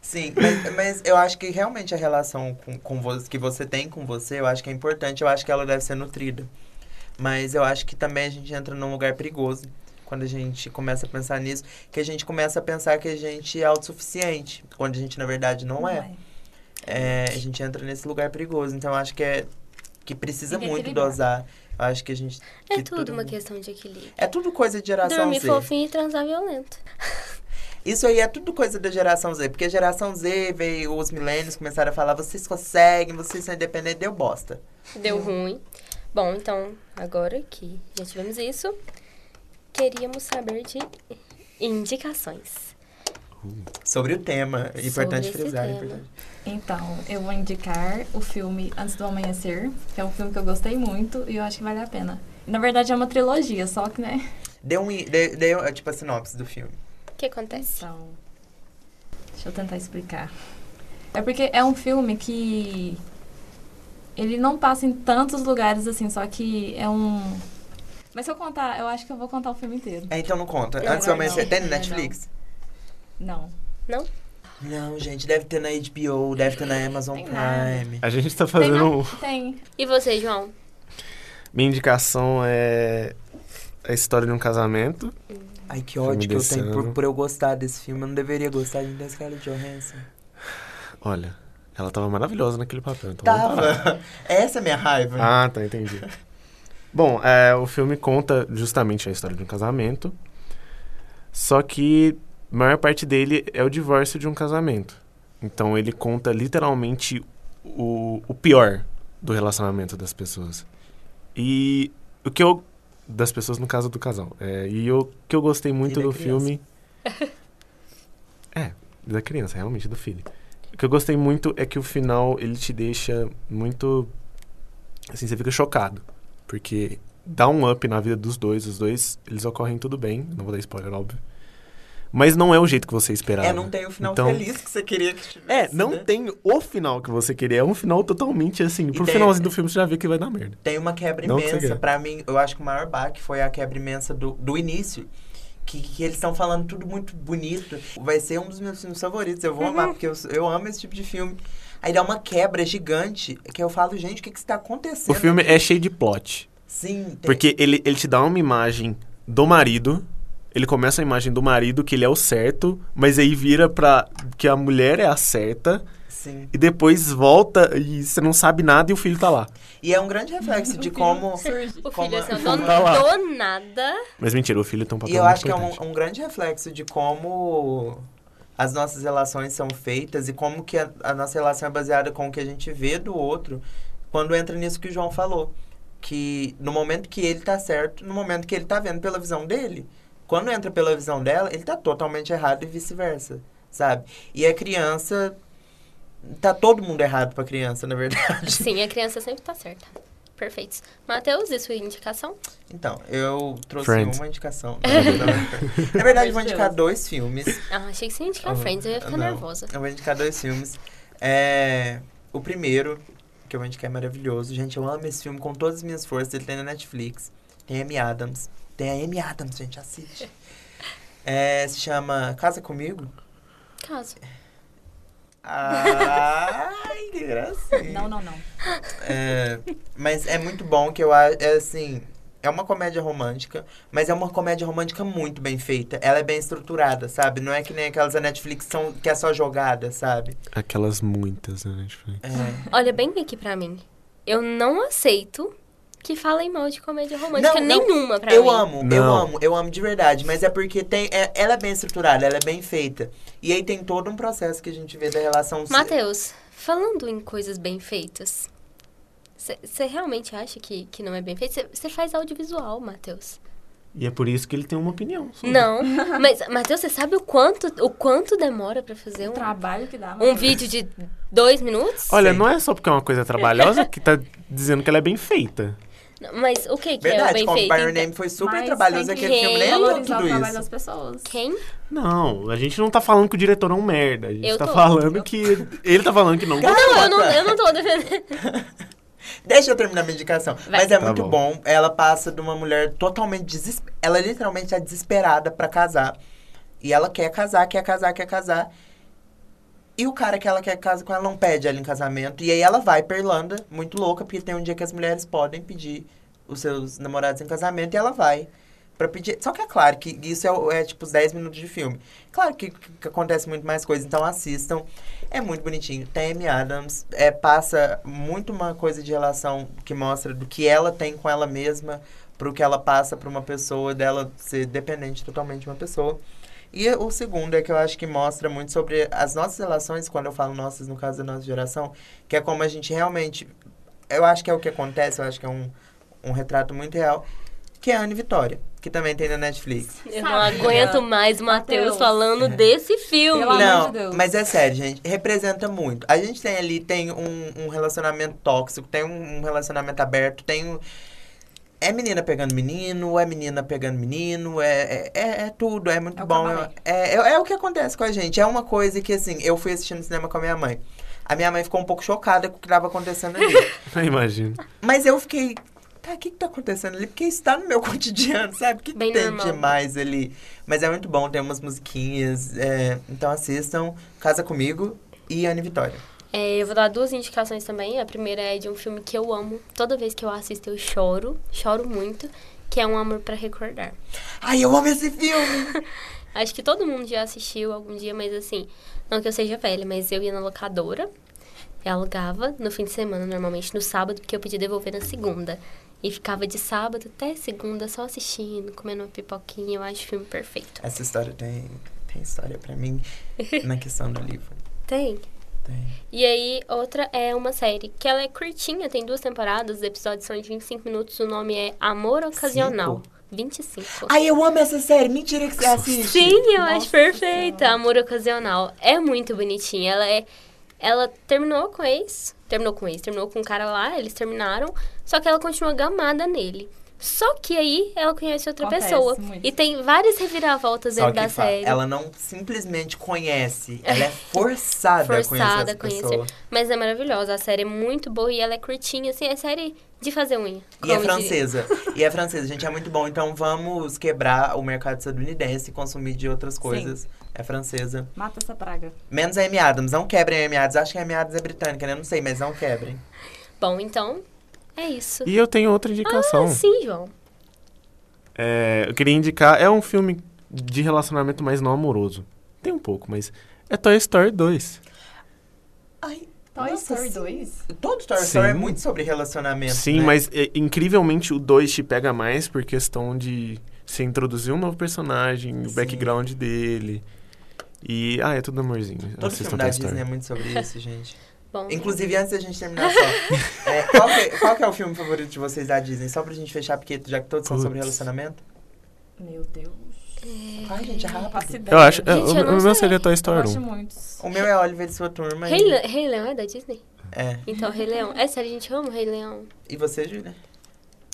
[SPEAKER 4] Sim, mas, mas eu acho que realmente a relação com, com você, que você tem com você, eu acho que é importante, eu acho que ela deve ser nutrida. Mas eu acho que também a gente entra num lugar perigoso quando a gente começa a pensar nisso, que a gente começa a pensar que a gente é autossuficiente, quando a gente na verdade não é. É, a gente entra nesse lugar perigoso. Então eu acho que é que precisa
[SPEAKER 6] Tem que
[SPEAKER 4] muito
[SPEAKER 6] equilibrar.
[SPEAKER 4] dosar. Eu acho que a gente
[SPEAKER 5] É
[SPEAKER 4] que
[SPEAKER 5] tudo
[SPEAKER 4] todo
[SPEAKER 5] uma
[SPEAKER 4] mundo-
[SPEAKER 5] questão de equilíbrio.
[SPEAKER 4] É tudo coisa de geração
[SPEAKER 5] Dormir
[SPEAKER 4] Z.
[SPEAKER 5] fofinho e transar violento.
[SPEAKER 4] Isso aí é tudo coisa da geração Z, porque a geração Z veio, os milênios começaram a falar, vocês conseguem, vocês são independentes, deu bosta.
[SPEAKER 5] Deu ruim. Bom, então, agora que já tivemos isso, queríamos saber de indicações.
[SPEAKER 4] Sobre o tema, é importante
[SPEAKER 5] esse
[SPEAKER 4] frisar. é
[SPEAKER 5] tema.
[SPEAKER 4] importante.
[SPEAKER 6] Então, eu vou indicar o filme Antes do Amanhecer, que é um filme que eu gostei muito e eu acho que vale a pena. Na verdade, é uma trilogia, só que, né?
[SPEAKER 4] Deu um, i- de, deu, é, tipo a sinopse do filme.
[SPEAKER 5] O que acontece?
[SPEAKER 6] Então, deixa eu tentar explicar. É porque é um filme que ele não passa em tantos lugares assim, só que é um. Mas se eu contar, eu acho que eu vou contar o filme inteiro.
[SPEAKER 4] É, então não conta.
[SPEAKER 5] Não,
[SPEAKER 4] Antes do
[SPEAKER 5] não,
[SPEAKER 4] amanhecer,
[SPEAKER 6] não.
[SPEAKER 4] tem no
[SPEAKER 6] Não,
[SPEAKER 4] Netflix?
[SPEAKER 6] Não.
[SPEAKER 4] Não, gente, deve ter na HBO, deve ter na Amazon
[SPEAKER 6] Tem nada.
[SPEAKER 4] Prime.
[SPEAKER 7] A gente tá
[SPEAKER 6] Tem,
[SPEAKER 7] fazendo. um-
[SPEAKER 6] na- tem.
[SPEAKER 5] E você, João?
[SPEAKER 7] Minha indicação é a história de um casamento.
[SPEAKER 4] Ai, que
[SPEAKER 2] Filme
[SPEAKER 4] ódio que eu
[SPEAKER 2] desse
[SPEAKER 4] tenho por,
[SPEAKER 2] ano.
[SPEAKER 4] por eu gostar desse filme. Eu não deveria gostar de Scarlett Johansson.
[SPEAKER 2] Olha, ela tava maravilhosa naquele papel. Então vamos parar.
[SPEAKER 4] Tava. Essa é a minha raiva.
[SPEAKER 7] Ah, tá, entendi. Bom, é, o filme conta justamente a história de um casamento. Só que a maior parte dele é o divórcio de um casamento. Então ele conta literalmente o, o pior do relacionamento das pessoas. E o que eu. Das pessoas, no caso do casal. É, e eu- o que eu gostei muito
[SPEAKER 4] da
[SPEAKER 7] do
[SPEAKER 4] criança.
[SPEAKER 7] filme. É, da criança, realmente, do filho. O que eu gostei muito é que o final ele te deixa muito. Assim, você fica chocado. Porque dá um up na vida dos dois. Os dois, eles ocorrem tudo bem. Não vou dar spoiler, óbvio. Mas não é o jeito que você esperava.
[SPEAKER 4] É, não tem o final
[SPEAKER 7] Então-
[SPEAKER 4] feliz que você queria que tivesse.
[SPEAKER 7] É, não
[SPEAKER 4] né?
[SPEAKER 7] tem o final que você queria. É um final totalmente assim. Pro
[SPEAKER 4] tem-
[SPEAKER 7] finalzinho do filme você já vê que vai dar merda.
[SPEAKER 4] Tem uma quebra
[SPEAKER 7] Não que você
[SPEAKER 4] imensa.
[SPEAKER 7] queira.
[SPEAKER 4] Pra mim, eu acho que o maior baque foi a quebra imensa do, do início. Que, que eles estão falando tudo muito bonito. Vai ser um dos meus filmes favoritos. Eu vou amar, porque eu, eu amo esse tipo de filme. Aí dá uma quebra gigante, que eu falo, gente, o que que está
[SPEAKER 7] O
[SPEAKER 4] acontecendo?
[SPEAKER 7] filme é cheio de plot.
[SPEAKER 4] Sim, tem-
[SPEAKER 7] Porque ele, ele te dá uma imagem do marido. Ele começa a imagem do marido, que ele é o certo, mas aí vira pra que a mulher é a certa,
[SPEAKER 4] sim.
[SPEAKER 7] e depois volta e você não sabe nada e o filho tá lá.
[SPEAKER 4] E é um grande reflexo de como...
[SPEAKER 5] O
[SPEAKER 4] Como
[SPEAKER 5] filho
[SPEAKER 4] é-
[SPEAKER 5] assim, ó,
[SPEAKER 4] como
[SPEAKER 5] do,
[SPEAKER 7] tá lá?
[SPEAKER 5] do nada.
[SPEAKER 7] Mas mentira, o filho tem um papel
[SPEAKER 4] E eu
[SPEAKER 7] muito
[SPEAKER 4] acho que é
[SPEAKER 7] importante.
[SPEAKER 4] um, um grande reflexo de como as nossas relações são feitas e como que a, a nossa relação é baseada com o que a gente vê do outro quando entra nisso que o João falou. Que no momento que ele tá certo, no momento que ele tá vendo pela visão dele, quando entra pela visão dela, ele tá totalmente errado e vice-versa, sabe? E a criança. Tá todo mundo errado pra criança, na verdade.
[SPEAKER 5] Sim, a criança sempre tá certa. Perfeitos. Matheus, e sua indicação?
[SPEAKER 4] Então, eu trouxe
[SPEAKER 7] Friends.
[SPEAKER 4] uma indicação.
[SPEAKER 2] É
[SPEAKER 4] Na verdade, eu vou indicar
[SPEAKER 6] Deus.
[SPEAKER 4] dois filmes.
[SPEAKER 5] Ah, achei que você ia indicar
[SPEAKER 4] Ah,
[SPEAKER 5] Friends, eu ia ficar
[SPEAKER 4] não.
[SPEAKER 5] nervosa.
[SPEAKER 4] Eu vou indicar dois filmes. É, o primeiro, que eu indiquei é maravilhoso. Gente, eu amo esse filme com todas as minhas forças. Ele tem na Netflix. Tem Amy Adams. Tem a Amy Adams, gente, assiste. É, se chama Casa Comigo.
[SPEAKER 5] Caso.
[SPEAKER 4] Ai, que gracinha.
[SPEAKER 6] Não, não, não.
[SPEAKER 4] É, mas é muito bom que eu acho, é assim, é uma comédia romântica, mas é uma comédia romântica muito bem feita. Ela é bem estruturada, sabe? Não é que nem aquelas da Netflix são, que é só jogada, sabe?
[SPEAKER 2] Aquelas muitas, né, Netflix?
[SPEAKER 4] É.
[SPEAKER 5] Olha bem aqui pra mim. Eu não aceito que falem mal de comédia
[SPEAKER 4] Não,
[SPEAKER 5] romântica
[SPEAKER 4] não.
[SPEAKER 5] nenhuma pra
[SPEAKER 4] Eu
[SPEAKER 5] mim.
[SPEAKER 4] amo, eu
[SPEAKER 2] Não.
[SPEAKER 4] amo, eu amo de verdade, mas é porque tem, é- ela é bem estruturada, ela é bem feita. E aí tem todo um processo que a gente vê da relação
[SPEAKER 5] é Matheus, falando em coisas bem feitas, você realmente acha que, que não é bem feito? Você faz audiovisual, Matheus.
[SPEAKER 2] E é por isso que ele tem uma opinião. sobre-
[SPEAKER 5] Não, mas, Matheus, você sabe o quanto, o quanto demora pra fazer
[SPEAKER 6] O
[SPEAKER 5] um,
[SPEAKER 6] trabalho que dá.
[SPEAKER 5] um
[SPEAKER 6] Matheus.
[SPEAKER 5] vídeo de dois minutos?
[SPEAKER 2] Olha, não é só porque é uma coisa trabalhosa que tá dizendo que ela é bem feita.
[SPEAKER 5] Não, Mas o que, que é o
[SPEAKER 4] Verdade,
[SPEAKER 5] bem é
[SPEAKER 4] como
[SPEAKER 5] feito?
[SPEAKER 4] By Your
[SPEAKER 5] então?
[SPEAKER 4] Name foi super
[SPEAKER 6] Mas
[SPEAKER 4] trabalhoso
[SPEAKER 6] tem que
[SPEAKER 4] aquele filme, nem amo
[SPEAKER 6] valorizar o
[SPEAKER 4] tudo
[SPEAKER 6] trabalho
[SPEAKER 4] isso.
[SPEAKER 6] das pessoas.
[SPEAKER 5] Quem?
[SPEAKER 2] Não, a gente não tá falando que o diretor é um merda. A gente
[SPEAKER 5] Eu
[SPEAKER 2] tá
[SPEAKER 5] tô.
[SPEAKER 2] falando que. Ele tá falando que não.
[SPEAKER 5] Não, eu não, eu não tô defendendo.
[SPEAKER 4] Deixa eu terminar minha indicação.
[SPEAKER 5] Vai.
[SPEAKER 4] Mas é
[SPEAKER 2] Tá
[SPEAKER 4] muito bom.
[SPEAKER 2] bom.
[SPEAKER 4] Ela passa de uma mulher totalmente desesperada. Ela literalmente é desesperada pra casar. E ela quer casar, quer casar, quer casar. E o cara que ela quer casar com ela não pede ela em casamento. E aí ela vai pra Irlanda, muito louca, porque tem um dia que as mulheres podem pedir os seus namorados em casamento. E ela vai pra pedir. Só que é claro que isso é, o- é tipo os 10 minutos de filme. Claro que, que acontece muito mais coisa, então assistam. É muito bonitinho. Tem Amy Adams, é, passa muito uma coisa de relação que mostra do que ela tem com ela mesma, pro que ela passa pra uma pessoa, dela ser dependente totalmente de uma pessoa. E o segundo é que eu acho que mostra muito sobre as nossas relações, quando eu falo nossas, no caso da nossa geração, que é como a gente realmente. Eu acho que é o que acontece, eu acho que é um, um retrato muito real, que é a Anne Vitória, que também tem na Netflix.
[SPEAKER 5] Eu não
[SPEAKER 6] Sabia.
[SPEAKER 5] aguento mais o Matheus
[SPEAKER 6] Matheus.
[SPEAKER 5] falando desse filme.
[SPEAKER 6] Pelo amor
[SPEAKER 4] não,
[SPEAKER 6] de Deus.
[SPEAKER 4] mas é sério, gente. Representa muito. A gente tem ali, tem um, um relacionamento tóxico, tem um, um relacionamento aberto, tem um... É menina pegando menino, é menina pegando menino, é, é, é- é tudo, é muito
[SPEAKER 6] É o
[SPEAKER 4] bom.
[SPEAKER 6] cabaré.
[SPEAKER 4] É, é, é o que acontece com a gente. É uma coisa que, assim, eu fui assistindo cinema com a minha mãe. A minha mãe ficou um pouco chocada com o que estava acontecendo ali.
[SPEAKER 2] Eu Ah, imagino.
[SPEAKER 4] Mas eu fiquei, tá, o que que tá acontecendo ali? Porque isso tá no meu cotidiano, sabe? O que
[SPEAKER 5] Bem
[SPEAKER 4] tem
[SPEAKER 5] normal.
[SPEAKER 4] demais ali? Mas é muito bom, tem umas musiquinhas. é, então assistam Casa Comigo e Anne Vitória.
[SPEAKER 5] É, eu vou dar duas indicações também. A primeira é de um filme que eu amo. Toda vez que eu assisto, eu choro. Choro muito. Que é Um Amor pra Recordar.
[SPEAKER 4] Ai, eu amo esse filme!
[SPEAKER 5] Acho que todo mundo já assistiu algum dia, mas assim... Não que eu seja velha, mas eu ia na locadora. Eu alugava no fim de semana, normalmente no sábado, porque eu podia devolver na segunda. E ficava de sábado até segunda só assistindo, comendo uma pipoquinha. Eu acho o filme perfeito.
[SPEAKER 4] Essa história tem, tem história pra mim na questão do livro.
[SPEAKER 5] Tem.
[SPEAKER 4] Tem.
[SPEAKER 5] E aí, outra é uma série que ela é curtinha, tem duas temporadas, os episódios são de 25 minutos, o nome é Amor Ocasional. 25.
[SPEAKER 4] Ai, eu amo essa série! Mentira que você assiste!
[SPEAKER 5] Sim, eu
[SPEAKER 6] Nossa
[SPEAKER 5] acho perfeita. Amor Ocasional. É muito bonitinha. Ela é. Ela terminou com o ex. Terminou com o ex, terminou com o cara lá, eles terminaram. Só que ela continua gamada nele. Só que aí ela conhece outra
[SPEAKER 6] Acontece
[SPEAKER 5] pessoa.
[SPEAKER 6] muito.
[SPEAKER 5] E tem várias reviravoltas
[SPEAKER 4] Só
[SPEAKER 5] dentro
[SPEAKER 4] que
[SPEAKER 5] da
[SPEAKER 4] fa-
[SPEAKER 5] série.
[SPEAKER 4] ela não simplesmente conhece, ela é forçada, a conhecer
[SPEAKER 5] forçada
[SPEAKER 4] essa
[SPEAKER 5] a conhecer.
[SPEAKER 4] pessoa.
[SPEAKER 5] Mas é maravilhosa. A série é muito boa e ela é curtinha, assim, é série de fazer
[SPEAKER 4] E
[SPEAKER 5] unha.
[SPEAKER 4] é
[SPEAKER 5] como diria.
[SPEAKER 4] francesa. E é francesa, gente, é muito bom. Então vamos quebrar o mercado estadunidense e consumir de outras coisas. É francesa.
[SPEAKER 6] Mata essa praga.
[SPEAKER 4] Menos a Amy Adams. Não quebrem a Amy Adams. Acho que a Amy Adams é britânica, né? Não sei, mas não quebrem.
[SPEAKER 5] Bom, então, é isso.
[SPEAKER 2] E eu tenho outra indicação.
[SPEAKER 5] Ah, sim, João.
[SPEAKER 2] É, eu queria indicar, é um filme de relacionamento mais não amoroso. Tem um pouco, mas é Toy Story 2.
[SPEAKER 4] Ai,
[SPEAKER 6] Toy
[SPEAKER 4] Nossa,
[SPEAKER 6] Story
[SPEAKER 4] sim.
[SPEAKER 6] 2?
[SPEAKER 4] todo Toy Story é
[SPEAKER 2] Sim.
[SPEAKER 4] muito sobre relacionamento.
[SPEAKER 2] Sim,
[SPEAKER 4] né?
[SPEAKER 2] mas é, incrivelmente o 2 te pega mais por questão de se introduzir um novo personagem, o
[SPEAKER 4] Sim.
[SPEAKER 2] background dele. E, ah, é tudo amorzinho.
[SPEAKER 4] Todo
[SPEAKER 2] Assistam
[SPEAKER 4] filme da
[SPEAKER 2] Toy
[SPEAKER 4] Disney
[SPEAKER 2] Story.
[SPEAKER 4] é muito sobre isso, gente.
[SPEAKER 5] Bom,
[SPEAKER 4] Inclusive, antes da gente terminar só. é, qual, que, é- qual que é o filme favorito de vocês da Disney? Só pra gente fechar, porque já que todos são sobre
[SPEAKER 2] Putz.
[SPEAKER 4] relacionamento.
[SPEAKER 6] Meu Deus.
[SPEAKER 4] Ai, gente, é
[SPEAKER 6] Não faço
[SPEAKER 4] rápido.
[SPEAKER 6] ideia.
[SPEAKER 2] Eu acho, é,
[SPEAKER 5] Gente,
[SPEAKER 2] o,
[SPEAKER 5] eu não
[SPEAKER 2] o meu
[SPEAKER 5] sei.
[SPEAKER 2] seria Toy
[SPEAKER 6] Eu
[SPEAKER 2] Story
[SPEAKER 6] gosto
[SPEAKER 2] 1.
[SPEAKER 6] muitos.
[SPEAKER 4] O meu é Oliver e sua turma.
[SPEAKER 5] Rei, Le-
[SPEAKER 4] E,
[SPEAKER 5] Rei Leão é da Disney?
[SPEAKER 4] é.
[SPEAKER 5] Então, Rei Leão. É sério, gente, eu amo Rei Leão.
[SPEAKER 4] e você, Júlia?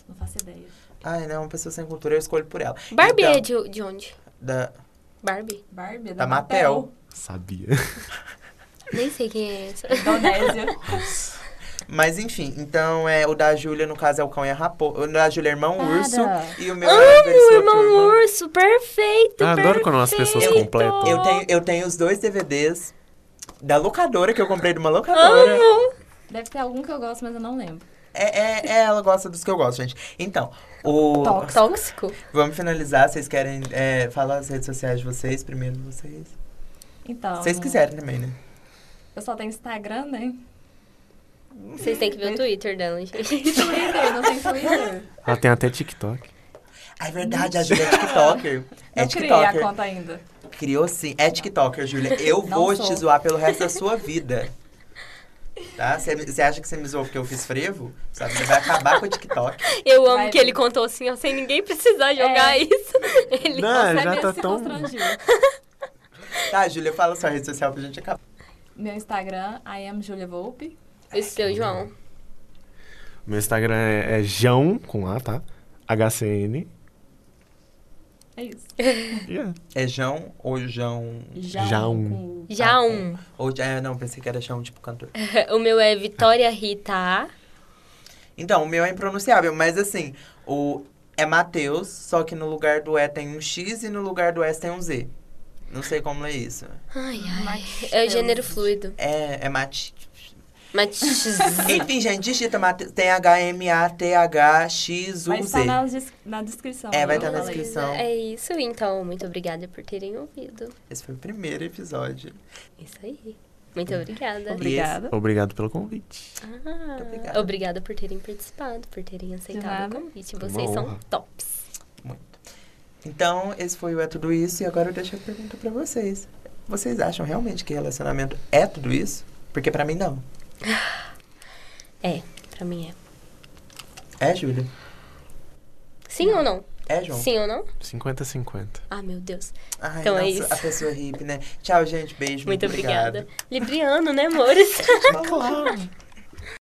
[SPEAKER 6] Não faço ideia.
[SPEAKER 4] Ai, não, Ah, é uma pessoa sem cultura, eu escolho por ela.
[SPEAKER 5] Barbie
[SPEAKER 4] Então,
[SPEAKER 5] é de, de onde?
[SPEAKER 4] da,
[SPEAKER 5] Barbie?
[SPEAKER 6] Barbie, é
[SPEAKER 4] Da
[SPEAKER 6] da,
[SPEAKER 4] Mattel.
[SPEAKER 6] Mattel.
[SPEAKER 2] Sabia.
[SPEAKER 5] Nem sei quem é essa.
[SPEAKER 6] Indonésia.
[SPEAKER 4] Mas enfim, então é, o da Júlia, no caso, é o cão e a raposa. O da Júlia é irmão
[SPEAKER 6] Cara.
[SPEAKER 4] urso. E o meu é
[SPEAKER 5] Amo o
[SPEAKER 4] versão
[SPEAKER 5] irmão
[SPEAKER 4] turma.
[SPEAKER 5] urso, perfeito,
[SPEAKER 2] Eu Ah, adoro quando as
[SPEAKER 5] perfeito.
[SPEAKER 2] pessoas completam.
[SPEAKER 4] Eu tenho, eu tenho os dois DVDs da locadora, que eu comprei de uma locadora.
[SPEAKER 5] Amo!
[SPEAKER 6] Deve ter algum que eu gosto, mas eu não lembro.
[SPEAKER 4] É, é- é, ela gosta dos que eu gosto, gente. Então, o...
[SPEAKER 6] Tóxico.
[SPEAKER 5] Tóxico.
[SPEAKER 4] Vamos finalizar. Vocês querem é, falar as redes sociais de vocês, primeiro de vocês?
[SPEAKER 6] Então.
[SPEAKER 4] Vocês quiserem também, né?
[SPEAKER 6] Eu só tenho Instagram, né?
[SPEAKER 5] Vocês têm que ver o Twitter dela, gente.
[SPEAKER 6] E Twitter, não tem Twitter.
[SPEAKER 2] Ela tem até TikTok.
[SPEAKER 4] Ah, É verdade, a Júlia é TikToker. É
[SPEAKER 6] não criei a
[SPEAKER 4] TikToker.
[SPEAKER 6] conta ainda.
[SPEAKER 4] Criou sim. É TikToker, Júlia. Eu
[SPEAKER 6] Não
[SPEAKER 4] vou
[SPEAKER 6] sou.
[SPEAKER 4] te zoar pelo resto da sua vida. Tá? Você acha que você me zoou porque eu fiz frevo? Sabe, você vai acabar com o TikTok.
[SPEAKER 5] Eu amo
[SPEAKER 6] Vai
[SPEAKER 5] que
[SPEAKER 6] ver.
[SPEAKER 5] ele contou assim, ó, sem ninguém precisar jogar
[SPEAKER 6] É.
[SPEAKER 5] isso. Ele
[SPEAKER 2] Não,
[SPEAKER 4] É,
[SPEAKER 5] consegue
[SPEAKER 2] já tá
[SPEAKER 5] assim.
[SPEAKER 6] Se
[SPEAKER 2] tão-
[SPEAKER 6] constrangiu.
[SPEAKER 4] Tá, Júlia, fala sua rede social pra gente acabar.
[SPEAKER 6] Meu Instagram, I am Julia Volpe.
[SPEAKER 5] O seu, João.
[SPEAKER 2] Meu Instagram é, é Jão, com A, tá? HCN.
[SPEAKER 6] É isso.
[SPEAKER 2] E é.
[SPEAKER 4] É Jão ou Jão...
[SPEAKER 2] Jaum.
[SPEAKER 6] com U.
[SPEAKER 4] Tá.
[SPEAKER 5] Já um.
[SPEAKER 4] Ou, é, não, pensei que era Jão, tipo cantor.
[SPEAKER 5] O meu é Vitória Rita A.
[SPEAKER 4] Então, o meu é impronunciável, mas assim, o é Matheus, só que no lugar do E tem um X e no lugar do S tem um Z. Não sei como é isso.
[SPEAKER 5] Ai,
[SPEAKER 6] Mateus.
[SPEAKER 5] ai. É o gênero fluido.
[SPEAKER 4] É, é Mati.
[SPEAKER 5] Mas
[SPEAKER 4] Enfim, gente, digita Matheus. Tem H-M-A-T-H-X-U-Z.
[SPEAKER 6] Vai estar na, dis- tá na descrição.
[SPEAKER 4] É, vai
[SPEAKER 6] eu
[SPEAKER 4] estar na
[SPEAKER 6] falei.
[SPEAKER 4] descrição. descrição.
[SPEAKER 5] É isso, então. Muito obrigada por terem ouvido.
[SPEAKER 4] Esse foi o primeiro episódio.
[SPEAKER 5] Isso aí. Muito obrigada.
[SPEAKER 6] Obrigada.
[SPEAKER 2] Obrigado pelo convite.
[SPEAKER 5] Ah,
[SPEAKER 4] obrigada.
[SPEAKER 5] obrigada por terem participado, por terem aceitado
[SPEAKER 6] nada.
[SPEAKER 5] o convite.
[SPEAKER 2] Uma
[SPEAKER 5] Vocês são
[SPEAKER 2] honra.
[SPEAKER 5] tops.
[SPEAKER 4] Então, esse foi o É Tudo Isso. E agora eu deixo a pergunta pra vocês. Vocês acham realmente que relacionamento é tudo isso? Porque pra mim não.
[SPEAKER 5] É, pra mim é.
[SPEAKER 4] É, Júlia?
[SPEAKER 5] Sim ou não?
[SPEAKER 4] É, João?
[SPEAKER 5] Sim ou não?
[SPEAKER 2] 50-50.
[SPEAKER 5] Ah, meu Deus.
[SPEAKER 4] Ai,
[SPEAKER 5] Então é
[SPEAKER 4] nossa,
[SPEAKER 5] isso.
[SPEAKER 4] a pessoa hippie, né? Tchau, gente. Beijo.
[SPEAKER 5] Muito
[SPEAKER 4] obrigado.
[SPEAKER 5] obrigada. Libriano, né, amores?
[SPEAKER 2] Claro.